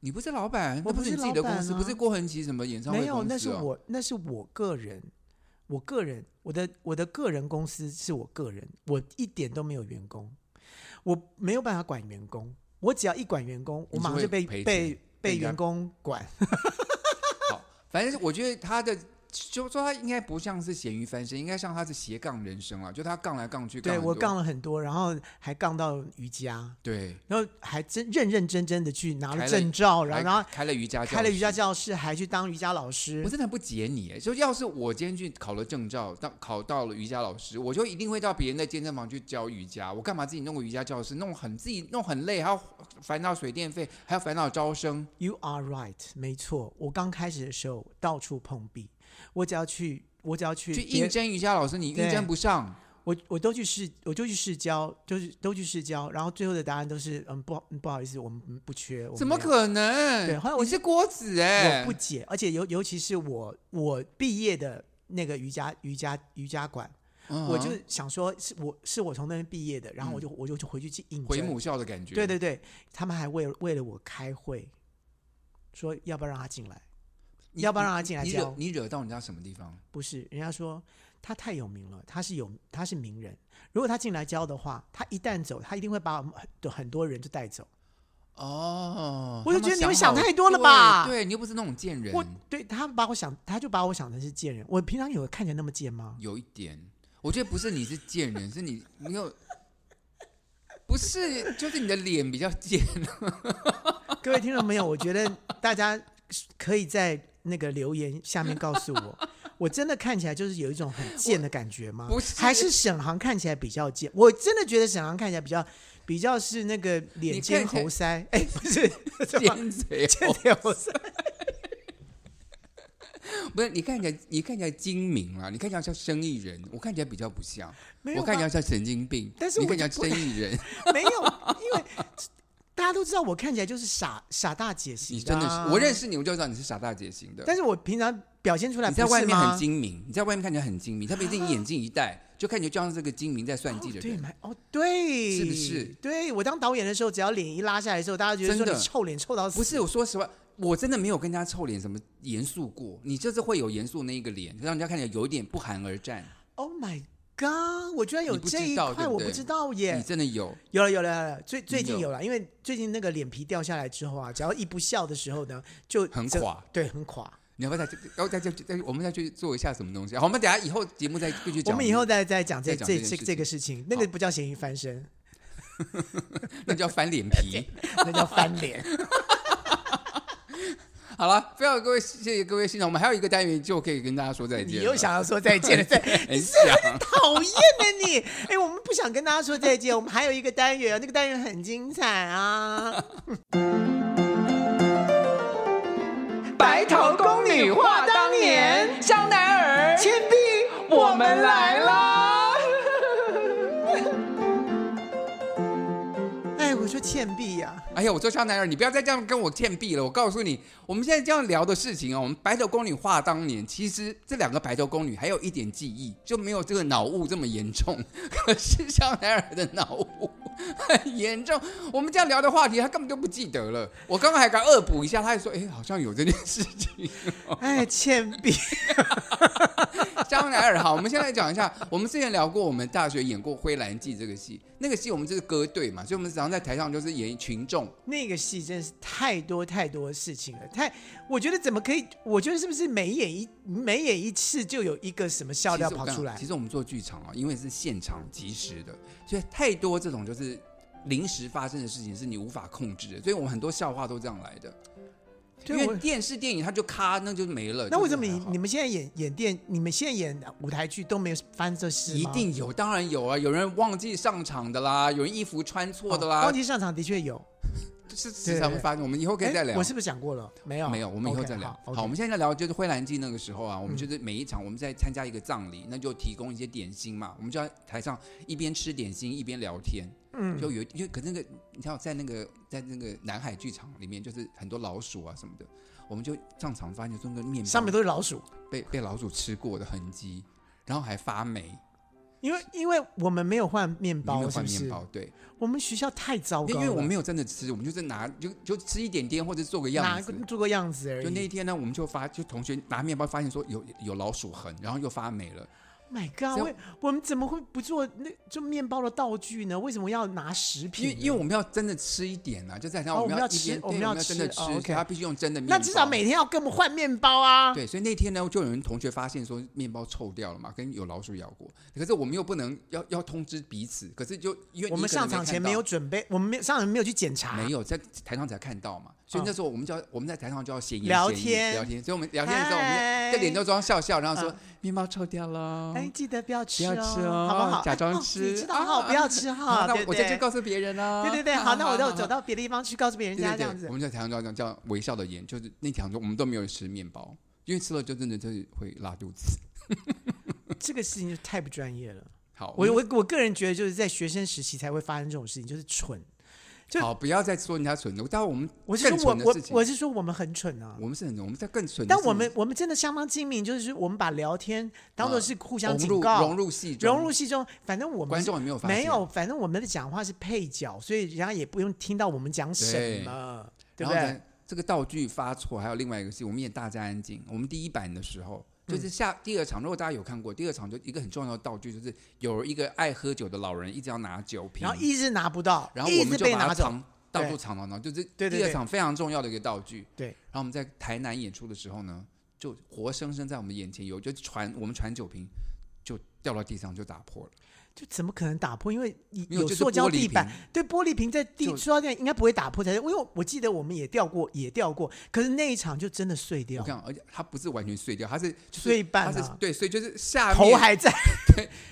Speaker 2: 你不是老板，那
Speaker 1: 我
Speaker 2: 不
Speaker 1: 不
Speaker 2: 是
Speaker 1: 是
Speaker 2: 你自己的
Speaker 1: 老板
Speaker 2: 公司，不
Speaker 1: 啊
Speaker 2: 是郭恒奇什么演唱会
Speaker 1: 没
Speaker 2: 公司、哦？
Speaker 1: 有，那是我那是我个人，我个人我的我的个人公司是我个人，我一点都没有员工，我没有办法管员工，我只要一管员工，我
Speaker 2: 你就
Speaker 1: 马上
Speaker 2: 会
Speaker 1: 就被
Speaker 2: 赔
Speaker 1: 被
Speaker 2: 钱被
Speaker 1: 被
Speaker 2: 人家
Speaker 1: 员工管。
Speaker 2: 好，反正我觉得他的。就说他应该不像是咸鱼翻身，应该像他是斜杠人生啊，就他杠来杠去杠
Speaker 1: 对
Speaker 2: 很
Speaker 1: 我
Speaker 2: 多
Speaker 1: 杠了很多，然后还杠到瑜伽，
Speaker 2: 对，
Speaker 1: 然后还真认认真真的去拿
Speaker 2: 开
Speaker 1: 了
Speaker 2: 了
Speaker 1: 证照，然
Speaker 2: 还
Speaker 1: 后然后
Speaker 2: 开了瑜伽教
Speaker 1: 开了瑜伽
Speaker 2: 室，
Speaker 1: 教室，还去当瑜伽老师
Speaker 2: 我。真的很不解你耶。就要是我今天去考了证照，到考到了瑜伽老师，我就一定会到别人的健身房去教瑜伽。我干嘛自己弄个瑜伽教室，弄很自己弄很累，还要烦恼水电费，还要烦恼招生。
Speaker 1: You are right，没错。我刚开始的时候到处碰壁，我只要去，我只要去
Speaker 2: 去
Speaker 1: 别
Speaker 2: 应征瑜伽老师，你应征不上，
Speaker 1: 我我都去试，我就去试教，就是都去试教，然后最后的答案都是嗯不好嗯不好意思，我们不缺，我们
Speaker 2: 怎么
Speaker 1: 没有
Speaker 2: 可能？
Speaker 1: 对后来我
Speaker 2: 你是郭子哎、
Speaker 1: 我不解，而且尤尤其是我我毕业的那个瑜伽瑜伽瑜伽馆，
Speaker 2: 嗯
Speaker 1: 我就想说是我是我从那边毕业的，然后我就、我就回去去应征
Speaker 2: 回母校的感觉。
Speaker 1: 对对对，他们还为了为了我开会，说要不要让他进来，
Speaker 2: 你，
Speaker 1: 要不要让他进来
Speaker 2: 你惹
Speaker 1: 教？
Speaker 2: 你惹到人家什么地方？
Speaker 1: 不是，人家说他太有名了，他是有他是名人，如果他进来教的话，他一旦走，他一定会把我们很很多人就带走。
Speaker 2: 哦，
Speaker 1: 我就
Speaker 2: 他
Speaker 1: 觉得你们
Speaker 2: 想好
Speaker 1: 想太多了吧
Speaker 2: 对，对你又不是那种贱人，
Speaker 1: 我对他把我想，他就把我想成是贱人。我平常有看起来那么贱吗？
Speaker 2: 有一点，我觉得不是你是贱人，是你没有。不是，就是你的脸比较尖。
Speaker 1: 各位听众朋友，我觉得大家可以在那个留言下面告诉我，我真的看起来就是有一种很贱的感觉吗？
Speaker 2: 我不是
Speaker 1: 还是沈航看起来比较贱？我真的觉得沈航看起来比较比较是那个脸尖
Speaker 2: 你看起来
Speaker 1: 猴腮，哎，不是什么
Speaker 2: 尖嘴
Speaker 1: 尖脸猴腮，
Speaker 2: 不是你看起来，你看起来精明啊啦，你看起来像生意人，我看起来比较不像，
Speaker 1: 没有
Speaker 2: 我看起
Speaker 1: 吧
Speaker 2: 来像神经病，
Speaker 1: 但是
Speaker 2: 你
Speaker 1: 我
Speaker 2: 看起来
Speaker 1: 就不
Speaker 2: 生意人，
Speaker 1: 没有，因为大家都知道我看起来就是傻傻大姐型、啊，
Speaker 2: 你真的是，我认，识你，我就知道你是傻大姐型的。
Speaker 1: 但是我平常表现出来
Speaker 2: 你在
Speaker 1: 不是
Speaker 2: 外面
Speaker 1: 吗
Speaker 2: 很精明，你在外面看起来很精明，特别是你眼镜一戴，就看起来就像是个精明在算计的
Speaker 1: 哦对
Speaker 2: 人。
Speaker 1: 嘛？哦，对，
Speaker 2: 是不是
Speaker 1: 对我当导演的时候，只要脸一拉下来的时候，大家觉得说
Speaker 2: 真的
Speaker 1: 你臭脸臭到死。
Speaker 2: 不是，我说实话，我真的没有跟人家臭脸什么严肃过。你就是会有严肃那一个脸，让人家看起来有一点不寒而战。
Speaker 1: ，Oh my God！我居然有
Speaker 2: 你不知
Speaker 1: 这一
Speaker 2: 道
Speaker 1: 块，
Speaker 2: 对不
Speaker 1: 我
Speaker 2: 对
Speaker 1: 不知道
Speaker 2: 你
Speaker 1: 耶。
Speaker 2: 真的有，
Speaker 1: 有了有了有了，最最近
Speaker 2: 有
Speaker 1: 有了，因为最近那个脸皮掉下来之后啊，只要一不笑的时候呢，就
Speaker 2: 很
Speaker 1: 就
Speaker 2: 垮
Speaker 1: 对，很垮。
Speaker 2: 你要不要再要再再再我们再去做一下什么东西？好，我们等一下以后节目再继续
Speaker 1: 我
Speaker 2: 讲。
Speaker 1: 们以后再再讲这
Speaker 2: 再讲
Speaker 1: 这
Speaker 2: 这件
Speaker 1: 这
Speaker 2: 事
Speaker 1: 这个事情，那个不叫咸鱼翻身，
Speaker 2: 那叫翻脸皮。
Speaker 1: 那叫翻 脸。
Speaker 2: 好了，非常各位谢谢各位欣赏，我们还有一个单元就可以跟大家说再
Speaker 1: 你
Speaker 2: 见了。
Speaker 1: 又想要说再 见了，再
Speaker 2: 很
Speaker 1: 你是不是
Speaker 2: 哎想
Speaker 1: 很讨厌的你。哎，我们不想跟大家说再见，我们还有一个单元，那个单元很精彩啊。白头宫女话当年，香奈儿、倩碧，我们来啦！哎，我说倩碧呀、
Speaker 2: 哎呀，我说香奈儿，你不要再这样跟我欠币了。我告诉你，我们现在这样聊的事情啊，我们白头宫女话当年，其实这两个白头宫女还有一点记忆，就没有这个脑雾这么 严重。可是香奈儿的脑雾 很严重，我们这样聊的话题，她根本就不记得了。我刚刚还敢恶补一下，她还说，哎，好像有这件事情。
Speaker 1: 哎，倩碧，
Speaker 2: 香奈儿，好，我们现在讲一下，我们之前聊过，我们大学演过《灰蓝记》这个戏，那个戏我们就是歌队嘛，所以我们常常在台上就是演群众。
Speaker 1: 那个戏真是太多太多事情了，太我觉得怎么可以？我觉得是不是每演一每演一次就有一个什么笑
Speaker 2: 其实
Speaker 1: 料
Speaker 2: 我
Speaker 1: 哦跑
Speaker 2: 跟你
Speaker 1: 出
Speaker 2: 讲
Speaker 1: 来
Speaker 2: 其？实我们做剧场啊，因为是现场即时的，所以太多这种就是临时发生的事情是你无法控制的，所以我们很多笑话都这样来的。因
Speaker 1: 对我
Speaker 2: 为电视电影它就咔，那就没了。
Speaker 1: 那
Speaker 2: 就
Speaker 1: 为
Speaker 2: 是
Speaker 1: 什么你
Speaker 2: 还好
Speaker 1: 你们现在演演电，你们现在演舞台剧都没有发生这事
Speaker 2: 一
Speaker 1: 吗
Speaker 2: 定有？当然有啊，有人忘记上场的啦，有人衣服穿错的
Speaker 1: 哦
Speaker 2: 啦，
Speaker 1: 忘记上场的确有，
Speaker 2: 是时常会发生。我们以后可以
Speaker 1: 哎
Speaker 2: 再聊。
Speaker 1: 我是不是讲过了？没有，
Speaker 2: 没有，我们以后
Speaker 1: 哦 OK，
Speaker 2: 再聊。
Speaker 1: 好，
Speaker 2: 我
Speaker 1: OK 嗯
Speaker 2: 们现在聊就是灰蓝记那个时候啊，我们就是每一场我们在参加一个葬礼，那就提供一些点心嘛，我们就在台上一边吃点心一边聊天。嗯，就有因为可是那个你知道在那个在那个南海剧场里面，就是很多老鼠啊什么的，我们就上场发现说那个面包
Speaker 1: 上面都是老鼠，
Speaker 2: 被被老鼠吃过的痕迹，然后还发霉，
Speaker 1: 因为因为我们没有换面
Speaker 2: 里面
Speaker 1: 包，
Speaker 2: 有
Speaker 1: 是
Speaker 2: 换
Speaker 1: 不
Speaker 2: 面
Speaker 1: 是
Speaker 2: 包？对，
Speaker 1: 我们学校太糟糕
Speaker 2: 因
Speaker 1: 了，
Speaker 2: 为我们没有真的吃，我们就是拿就就吃一点点或者做个样
Speaker 1: 拿
Speaker 2: 子，
Speaker 1: 做个样子而
Speaker 2: 就那一
Speaker 1: 已。
Speaker 2: 天呢，我们就发就同学拿面包发现说有有老鼠痕，然后又发霉了。
Speaker 1: My
Speaker 2: 只
Speaker 1: God，
Speaker 2: 要
Speaker 1: 为我们怎么会不做那就面包的道具呢？为什么要拿食
Speaker 2: 因
Speaker 1: 品
Speaker 2: 为
Speaker 1: 呢？
Speaker 2: 因为我们要真的吃一点啊，就在那
Speaker 1: 哦
Speaker 2: 我
Speaker 1: 我们
Speaker 2: 们
Speaker 1: 要
Speaker 2: 要
Speaker 1: 吃
Speaker 2: 一边对
Speaker 1: 我
Speaker 2: 我
Speaker 1: 们
Speaker 2: 们
Speaker 1: 要
Speaker 2: 要真的
Speaker 1: 吃
Speaker 2: 吃，
Speaker 1: 哦
Speaker 2: 所以
Speaker 1: OK
Speaker 2: 他必须用真的面包。
Speaker 1: 那至少每天要跟我们换面包啊。
Speaker 2: 对，所以那天呢，就有人同学发现说面包臭掉了嘛，跟有老鼠咬过。可是我们又不能要要通知彼此，可是就因为
Speaker 1: 我们
Speaker 2: 你可能
Speaker 1: 上场前
Speaker 2: 看到
Speaker 1: 没有准备，我们没有上场没有去检查，
Speaker 2: 没有在台上才看到嘛，所以
Speaker 1: 嗯
Speaker 2: 那时候我们就要我们在台上就要闲言
Speaker 1: 聊
Speaker 2: 闲语
Speaker 1: 天
Speaker 2: 聊天，所以我们聊天的时候，我们
Speaker 1: 嗨
Speaker 2: 在脸都装笑笑，然后说
Speaker 1: 嗯
Speaker 2: 面包臭掉了。
Speaker 1: 哎，记得不要吃
Speaker 2: 不要吃
Speaker 1: 哦
Speaker 2: 哦，
Speaker 1: 好不好？
Speaker 2: 假装
Speaker 1: 哎哦
Speaker 2: 吃
Speaker 1: 你知道哈，
Speaker 2: 啊
Speaker 1: 不要吃
Speaker 2: 好
Speaker 1: 哈，
Speaker 2: 那
Speaker 1: 对不
Speaker 2: 我
Speaker 1: 对
Speaker 2: 这就告诉别人啊啦。
Speaker 1: 对对 对，好，那我就
Speaker 2: 就
Speaker 1: 走到别的地方去告诉别人
Speaker 2: 对
Speaker 1: 家这
Speaker 2: 对对
Speaker 1: 样，子
Speaker 2: 我。们在台上叫叫叫微笑的演，就是那条我们都没有吃面包，因为吃了就真的就是会拉肚子。
Speaker 1: 这个事情就太不专业了。
Speaker 2: 好，
Speaker 1: 我
Speaker 2: 们
Speaker 1: 我我个人觉得，就是在学生时期才会发生这种事情，就是蠢。就
Speaker 2: 好不要再说人家蠢了，待会我们
Speaker 1: 我是
Speaker 2: 更
Speaker 1: 说我
Speaker 2: 蠢的
Speaker 1: 我
Speaker 2: 事情。
Speaker 1: 我是说我们很蠢啊。
Speaker 2: 我们是很，我们在更蠢的
Speaker 1: 但
Speaker 2: 事情。
Speaker 1: 我们我们真的相当精明，就是我们把聊天当做
Speaker 2: 嗯
Speaker 1: 是互相
Speaker 2: 融
Speaker 1: 警
Speaker 2: 入
Speaker 1: 告、
Speaker 2: 融入戏中
Speaker 1: 融入戏中，反正我们
Speaker 2: 观
Speaker 1: 是
Speaker 2: 众也没有发现
Speaker 1: 没有，反正我们的讲话是配角，所以人家也不用听到我们讲什
Speaker 2: 对
Speaker 1: 么，对不
Speaker 2: 然后
Speaker 1: 对
Speaker 2: 呢？，这个道具发错，还有另外一个戏，我们演《大家安静》，我们第一版的时候。就是
Speaker 1: 嗯
Speaker 2: 下第二场，如果大家有看过，第二场就一个很重要的道具，就是有一个爱喝酒的老人一直要拿酒瓶，
Speaker 1: 然后一直拿不到，
Speaker 2: 然后
Speaker 1: 一
Speaker 2: 我
Speaker 1: 直
Speaker 2: 们就
Speaker 1: 被
Speaker 2: 把
Speaker 1: 拿
Speaker 2: 它
Speaker 1: 走。
Speaker 2: 藏到
Speaker 1: 对
Speaker 2: 处藏藏藏，就是
Speaker 1: 对对
Speaker 2: 第二
Speaker 1: 对
Speaker 2: 场非常重要的一个道具。
Speaker 1: 对，
Speaker 2: 然后我们在台南演出的时候呢，就活生生在我们眼前有，就船我们船酒瓶就掉到地上就打破了，
Speaker 1: 就怎么可能打破？因为你
Speaker 2: 没有
Speaker 1: 有
Speaker 2: 就是
Speaker 1: 塑胶
Speaker 2: 玻璃
Speaker 1: 地板
Speaker 2: 瓶，
Speaker 1: 对，玻璃瓶在地
Speaker 2: 就
Speaker 1: 塑料地板应该不会打破才对。因为我记得我们也掉过，也掉过，可是那一场就真的碎掉
Speaker 2: 我，看，而且它不是完全碎掉，它是就是
Speaker 1: 碎一半啊
Speaker 2: 它是对，所以就是下面
Speaker 1: 头还在，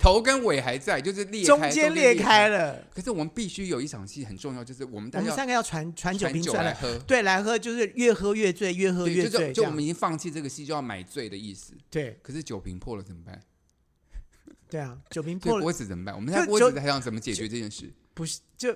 Speaker 2: 头跟尾还在，就是裂开，
Speaker 1: 中间裂开。了。
Speaker 2: 可是我们必须有一场戏很重要，就是我们
Speaker 1: 我
Speaker 2: 大
Speaker 1: 们
Speaker 2: 家
Speaker 1: 三个要传传酒
Speaker 2: 传
Speaker 1: 瓶
Speaker 2: 酒
Speaker 1: 出
Speaker 2: 来
Speaker 1: 来，
Speaker 2: 喝，
Speaker 1: 对，来喝就是越喝越醉，越喝越
Speaker 2: 对，就
Speaker 1: 醉这
Speaker 2: 就就我们
Speaker 1: 样。
Speaker 2: 已经放弃这个戏，就要买醉的意思。
Speaker 1: 对
Speaker 2: 可是酒瓶破了怎么办？
Speaker 1: 对啊，酒瓶
Speaker 2: 这
Speaker 1: 破了
Speaker 2: 锅子怎么办？我们在
Speaker 1: 就
Speaker 2: 锅
Speaker 1: 酒
Speaker 2: 子台上怎么解决这件事？
Speaker 1: 不是就。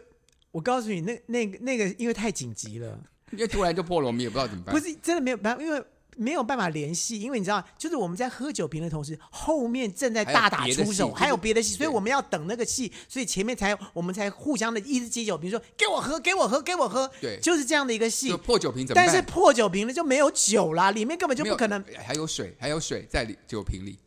Speaker 1: 我告诉你，那那个那个，因为太紧急了，
Speaker 2: 因为突然就破了，我们也不知道怎么办。
Speaker 1: 不是真的没有办法，因为没有办法联系，因为你知道，就是我们在喝酒瓶的同时，后面正在大打出手，还
Speaker 2: 还
Speaker 1: 有
Speaker 2: 有
Speaker 1: 别
Speaker 2: 别
Speaker 1: 的
Speaker 2: 的
Speaker 1: 戏，
Speaker 2: 戏就是
Speaker 1: 所以我们要等那个戏，所以前面才我们才互相的一直接酒瓶，说给我喝，给我喝，给我喝，
Speaker 2: 对
Speaker 1: 就是这样的一个戏
Speaker 2: 就。破酒瓶怎么
Speaker 1: 但
Speaker 2: 办？
Speaker 1: 是破酒瓶了就没有酒啦，里面根本就不
Speaker 2: 没有哎
Speaker 1: 可能。
Speaker 2: 还有水，还有水在里酒瓶里。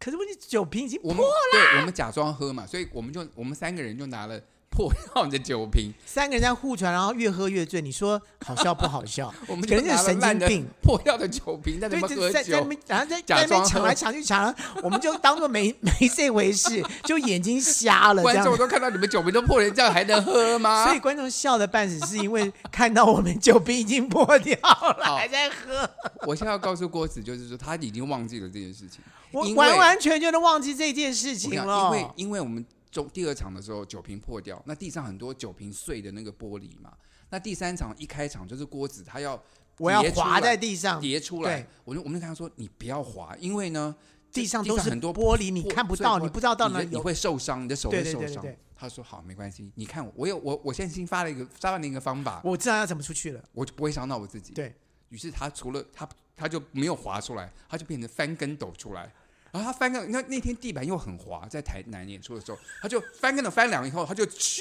Speaker 1: 可是问题酒瓶已经
Speaker 2: 我们对，我们假装喝嘛，所以我们就我们三个人就拿了破掉的酒瓶，
Speaker 1: 三个人在互传，然后越喝越醉，你说好笑不好笑
Speaker 2: ？我们
Speaker 1: 可
Speaker 2: 就
Speaker 1: 能就
Speaker 2: 拿
Speaker 1: 是
Speaker 2: 了
Speaker 1: 神
Speaker 2: 烂
Speaker 1: 经
Speaker 2: 的
Speaker 1: 病。
Speaker 2: 破掉的酒瓶在
Speaker 1: 对，
Speaker 2: 那边
Speaker 1: 就是
Speaker 2: 喝
Speaker 1: 在在那
Speaker 2: 酒。
Speaker 1: 边，然后在
Speaker 2: 假
Speaker 1: 在那边
Speaker 2: 装
Speaker 1: 抢
Speaker 2: 喝
Speaker 1: 来抢去，抢来，我们就当做没 没这回事，就眼睛瞎了这
Speaker 2: 观
Speaker 1: 样
Speaker 2: 众。都啊看到你们酒瓶都破成这样，还能喝吗？
Speaker 1: 所以观众笑的半死，是因为看到我们酒瓶已经破掉了，
Speaker 2: 好
Speaker 1: 还在喝。
Speaker 2: 我现在要告诉郭子，就是说他已经忘记了这件事情，
Speaker 1: 我
Speaker 2: 因为
Speaker 1: 完完全全的忘记这件事
Speaker 2: 我跟你
Speaker 1: 情
Speaker 2: 讲
Speaker 1: 了
Speaker 2: 因。为因为我们中第二场的时候酒瓶破掉，那地上很多酒瓶碎的那个玻璃嘛。那第三场一开场就是郭子他要
Speaker 1: 我要
Speaker 2: 叠出
Speaker 1: 滑
Speaker 2: 来
Speaker 1: 在地上，
Speaker 2: 叠出来
Speaker 1: 对，
Speaker 2: 我就我们就跟他说你不要滑，因为呢
Speaker 1: 地上
Speaker 2: 地
Speaker 1: 都
Speaker 2: 上
Speaker 1: 是
Speaker 2: 很多
Speaker 1: 玻璃，你
Speaker 2: 破
Speaker 1: 看不
Speaker 2: 碎
Speaker 1: 到，
Speaker 2: 玻
Speaker 1: 你不知道到哪
Speaker 2: 你
Speaker 1: 里
Speaker 2: 你
Speaker 1: 有。
Speaker 2: 会受伤，你的手
Speaker 1: 对
Speaker 2: 会
Speaker 1: 对
Speaker 2: 受
Speaker 1: 对对
Speaker 2: 伤
Speaker 1: 对。
Speaker 2: 他说好，没关系，你看我，我有我，我现在新发了一个发了一个方法，
Speaker 1: 我知道要怎么出去了。
Speaker 2: 我就不会伤到我自己。
Speaker 1: 对
Speaker 2: 于是他除了他他就没有滑出来，他就变成翻跟斗出来。然后他翻跟，你看那天地板又很滑，在台南演出的时候，他就翻跟斗翻两以后，他就咻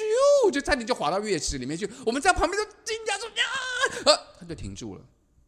Speaker 2: 就差点就滑到乐池里面去。我们在旁边都惊讶说啊，呃、他就停住了。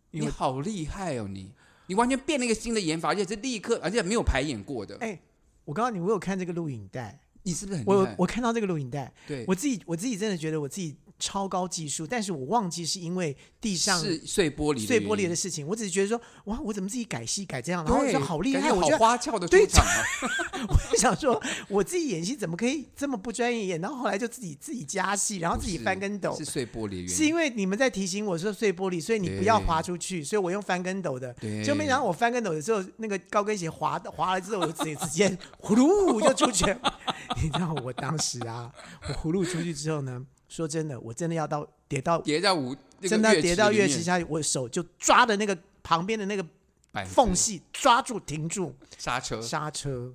Speaker 1: 因为
Speaker 2: 你好厉害哦你！你完全变了一个新的演法，而且是立刻，而且没有排演过的。
Speaker 1: 哎，我告诉你，我有看这个录影带，
Speaker 2: 你是不是很厉
Speaker 1: 我
Speaker 2: 害？
Speaker 1: 我看到这个录影带，
Speaker 2: 对，
Speaker 1: 我自己我自己真的觉得我自己超高技术，但是我忘记是因为地上
Speaker 2: 是碎玻璃的
Speaker 1: 碎玻璃
Speaker 2: 原
Speaker 1: 的
Speaker 2: 因，
Speaker 1: 事情，我只是觉得说哇，我怎么自己改戏改这样，然后我
Speaker 2: 对
Speaker 1: 说好厉
Speaker 2: 感
Speaker 1: 害，
Speaker 2: 觉
Speaker 1: 我
Speaker 2: 好
Speaker 1: 觉得
Speaker 2: 花俏的出
Speaker 1: 对
Speaker 2: 场 啊！
Speaker 1: 我就想说我自己演戏怎么可以这么不专业演，然后后来就自己自己加戏，然后
Speaker 2: 不
Speaker 1: 自己
Speaker 2: 是
Speaker 1: 翻跟斗
Speaker 2: 是。碎玻璃的原因，
Speaker 1: 是因为你们在提醒我说碎玻璃，所以你不要
Speaker 2: 对
Speaker 1: 滑出去，所以我用翻跟斗的。
Speaker 2: 对
Speaker 1: 就没想到我翻跟斗的时候，那个高跟鞋滑滑了之后，我直接直接呼噜就出去 了。你知道我当时啊，我呼噜出去之后呢，说真的，我真的要到跌到
Speaker 2: 叠到五，那个
Speaker 1: 真的
Speaker 2: 乐
Speaker 1: 跌
Speaker 2: 池
Speaker 1: 到
Speaker 2: 里
Speaker 1: 乐
Speaker 2: 面
Speaker 1: 池下去，我手就抓的那个旁边的那个
Speaker 2: 板子
Speaker 1: 缝隙抓住停住
Speaker 2: 刹车。
Speaker 1: 刹车。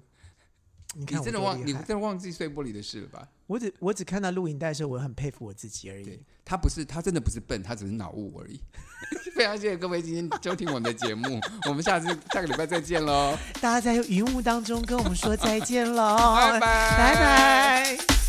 Speaker 1: 你
Speaker 2: 呃你
Speaker 1: 看我
Speaker 2: 真的
Speaker 1: 多
Speaker 2: 忘，
Speaker 1: 厉
Speaker 2: 你
Speaker 1: 害
Speaker 2: 真的忘记碎玻璃的事了吧？
Speaker 1: 我只我只看到录影带的时候，我很佩服我自己而
Speaker 2: 对
Speaker 1: 已。
Speaker 2: 他不是，他真的不是笨，他只是脑雾而已。 非常谢谢各位今天收听我们的节目，我们下次下个礼拜再见喽。
Speaker 1: 大家在云雾当中跟我们说再见喽，
Speaker 2: 拜拜
Speaker 1: 拜拜。